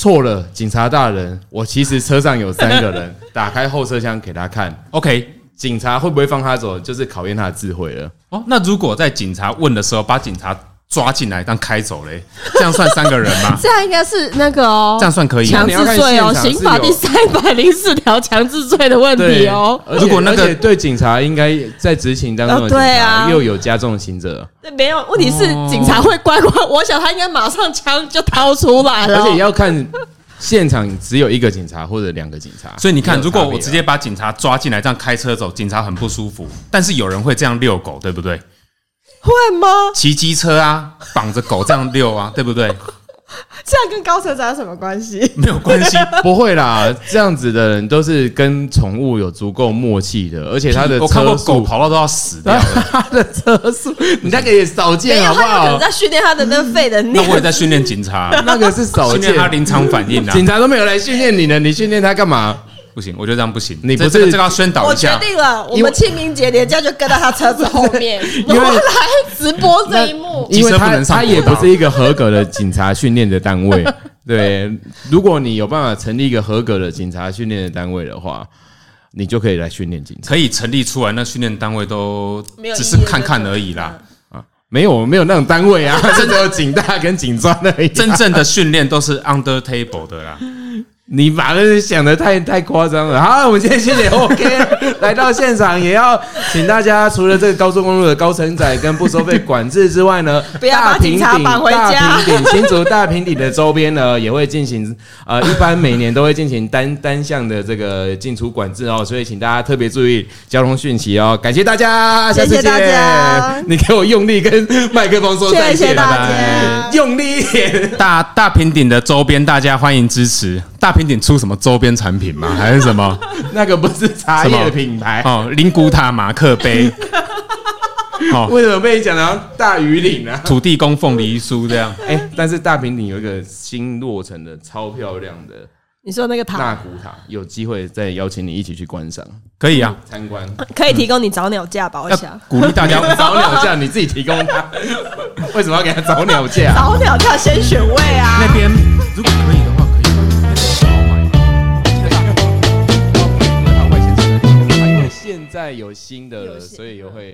Speaker 1: 错了，警察大人，我其实车上有三个 人，打开后车厢给他看，
Speaker 3: OK，
Speaker 1: 警察会不会放他走，就是考验他的智慧了。
Speaker 3: 哦，那如果在警察问的时候把警察抓进来，但开走嘞，这样算三个人吗
Speaker 2: 这样应该 是那个哦，
Speaker 3: 这样算可以啊吗
Speaker 2: 强？制罪哦，
Speaker 1: 那你要看现场是有
Speaker 2: 刑法第三百零四条强制罪的问题哦。
Speaker 1: 而且
Speaker 3: 如果那个
Speaker 1: 而且对警察应该在执行当中的
Speaker 2: 哦
Speaker 1: 警察、
Speaker 2: 对啊
Speaker 1: 又有加重刑责，
Speaker 2: 对，没有问题是警察会乖乖， 我想他应该马上枪就掏出来了。
Speaker 1: 哦而且要看现场只有一个警察或者两个警察，
Speaker 3: 所以你看，
Speaker 1: 没有
Speaker 3: 如果
Speaker 1: 差别
Speaker 3: 我
Speaker 1: 啊
Speaker 3: 直接把警察抓进来，这样开车走，警察很不舒服。但是有人会这样遛狗，对不对？
Speaker 2: 会吗？
Speaker 3: 骑机车啊，绑着狗这样遛啊， 对不对？
Speaker 2: 这样跟高车长有什么关 系？
Speaker 3: 没有关系，
Speaker 1: 不会啦，这样子的人都是跟宠物有足够默契的，而且他 的
Speaker 3: 我看过
Speaker 1: 车
Speaker 3: 狗
Speaker 1: 速，
Speaker 3: 跑到都要死 掉了。
Speaker 1: 他的车速，你那个也少
Speaker 2: 没
Speaker 1: 见
Speaker 2: 有，
Speaker 1: 好不
Speaker 2: 他有可能
Speaker 1: 好？
Speaker 2: 在训练他的那个肺的
Speaker 3: 那我也
Speaker 2: 念。
Speaker 3: 在训练警察，
Speaker 1: 那个是少
Speaker 3: 训
Speaker 1: 见
Speaker 3: 练，他临场反应啊。
Speaker 1: 警察都没有来训练你呢，你训练他干嘛？
Speaker 3: 不行，我觉得这样不行。
Speaker 1: 你不
Speaker 3: 这
Speaker 1: 是
Speaker 3: 这个这个要宣导
Speaker 2: 我
Speaker 3: 一
Speaker 2: 决
Speaker 3: 下，
Speaker 2: 定了，我
Speaker 1: 因为
Speaker 2: 们清明节连假就跟到他车子后面，我
Speaker 1: 因为
Speaker 2: 们来直播这一幕。
Speaker 1: 因为
Speaker 3: 机车不
Speaker 1: 他
Speaker 3: 能上
Speaker 1: 他
Speaker 3: 国道
Speaker 1: 也不是一个合格的警察训练的单位。对，如果你有办法成立一个合格的警察训练的单位的话，你就可以来训练警察。
Speaker 3: 可以成立出来，那训练单位都
Speaker 2: 没有
Speaker 3: 只是
Speaker 2: 意义了
Speaker 3: 嗯看看而已啦。
Speaker 1: 没有没有那种单位 啊，这只有警大跟警专而已。
Speaker 3: 真正的训练都是 under table 的啦。
Speaker 1: 你把这想的太太夸张了。好，我们今天谢谢 OK 来到现场，也要请大家除了这个高速公路的高承载跟不收费管制之外呢，
Speaker 2: 不要
Speaker 1: 大
Speaker 2: 把
Speaker 1: 平
Speaker 2: 警察
Speaker 1: 顶
Speaker 2: 绑回
Speaker 1: 大
Speaker 2: 家
Speaker 1: 平 顶新竹大平顶的周边呢，也会进行呃，一般每年都会进行单单项的这个进出管制哦，所以请大家特别注意交通讯息哦。感谢大家，下次
Speaker 2: 谢谢
Speaker 1: 见。
Speaker 2: 大家
Speaker 1: 你给我用力跟麦克风说再见，
Speaker 2: 谢谢大
Speaker 1: 拜
Speaker 2: 家
Speaker 1: 拜用力一点。
Speaker 3: 大大平顶的周边，大家欢迎支持。大平顶出什么周边产品 吗？还是什么？
Speaker 1: 那个不是茶叶的品牌，
Speaker 3: 哦，灵骨塔马克杯，哦，
Speaker 1: 为什么被你讲到大鱼岭啊？
Speaker 3: 土地公凤梨酥这样。
Speaker 1: 哎、但是大平顶有一个新落成的超漂亮的
Speaker 4: 你说那个塔
Speaker 1: 纳古塔，有机会再邀请你一起去观赏
Speaker 3: 可以啊，
Speaker 1: 参观。
Speaker 4: 可以提供你早鸟价吧？我
Speaker 3: 要
Speaker 4: 想
Speaker 3: 鼓励大家
Speaker 1: 找鸟啊架，你自己提供 它，为什么要给他找鸟架、
Speaker 2: 早鸟叫先选位啊！
Speaker 3: 那边如果可以的话，可以那边少买。
Speaker 1: 因为现在有新的了，所以也会。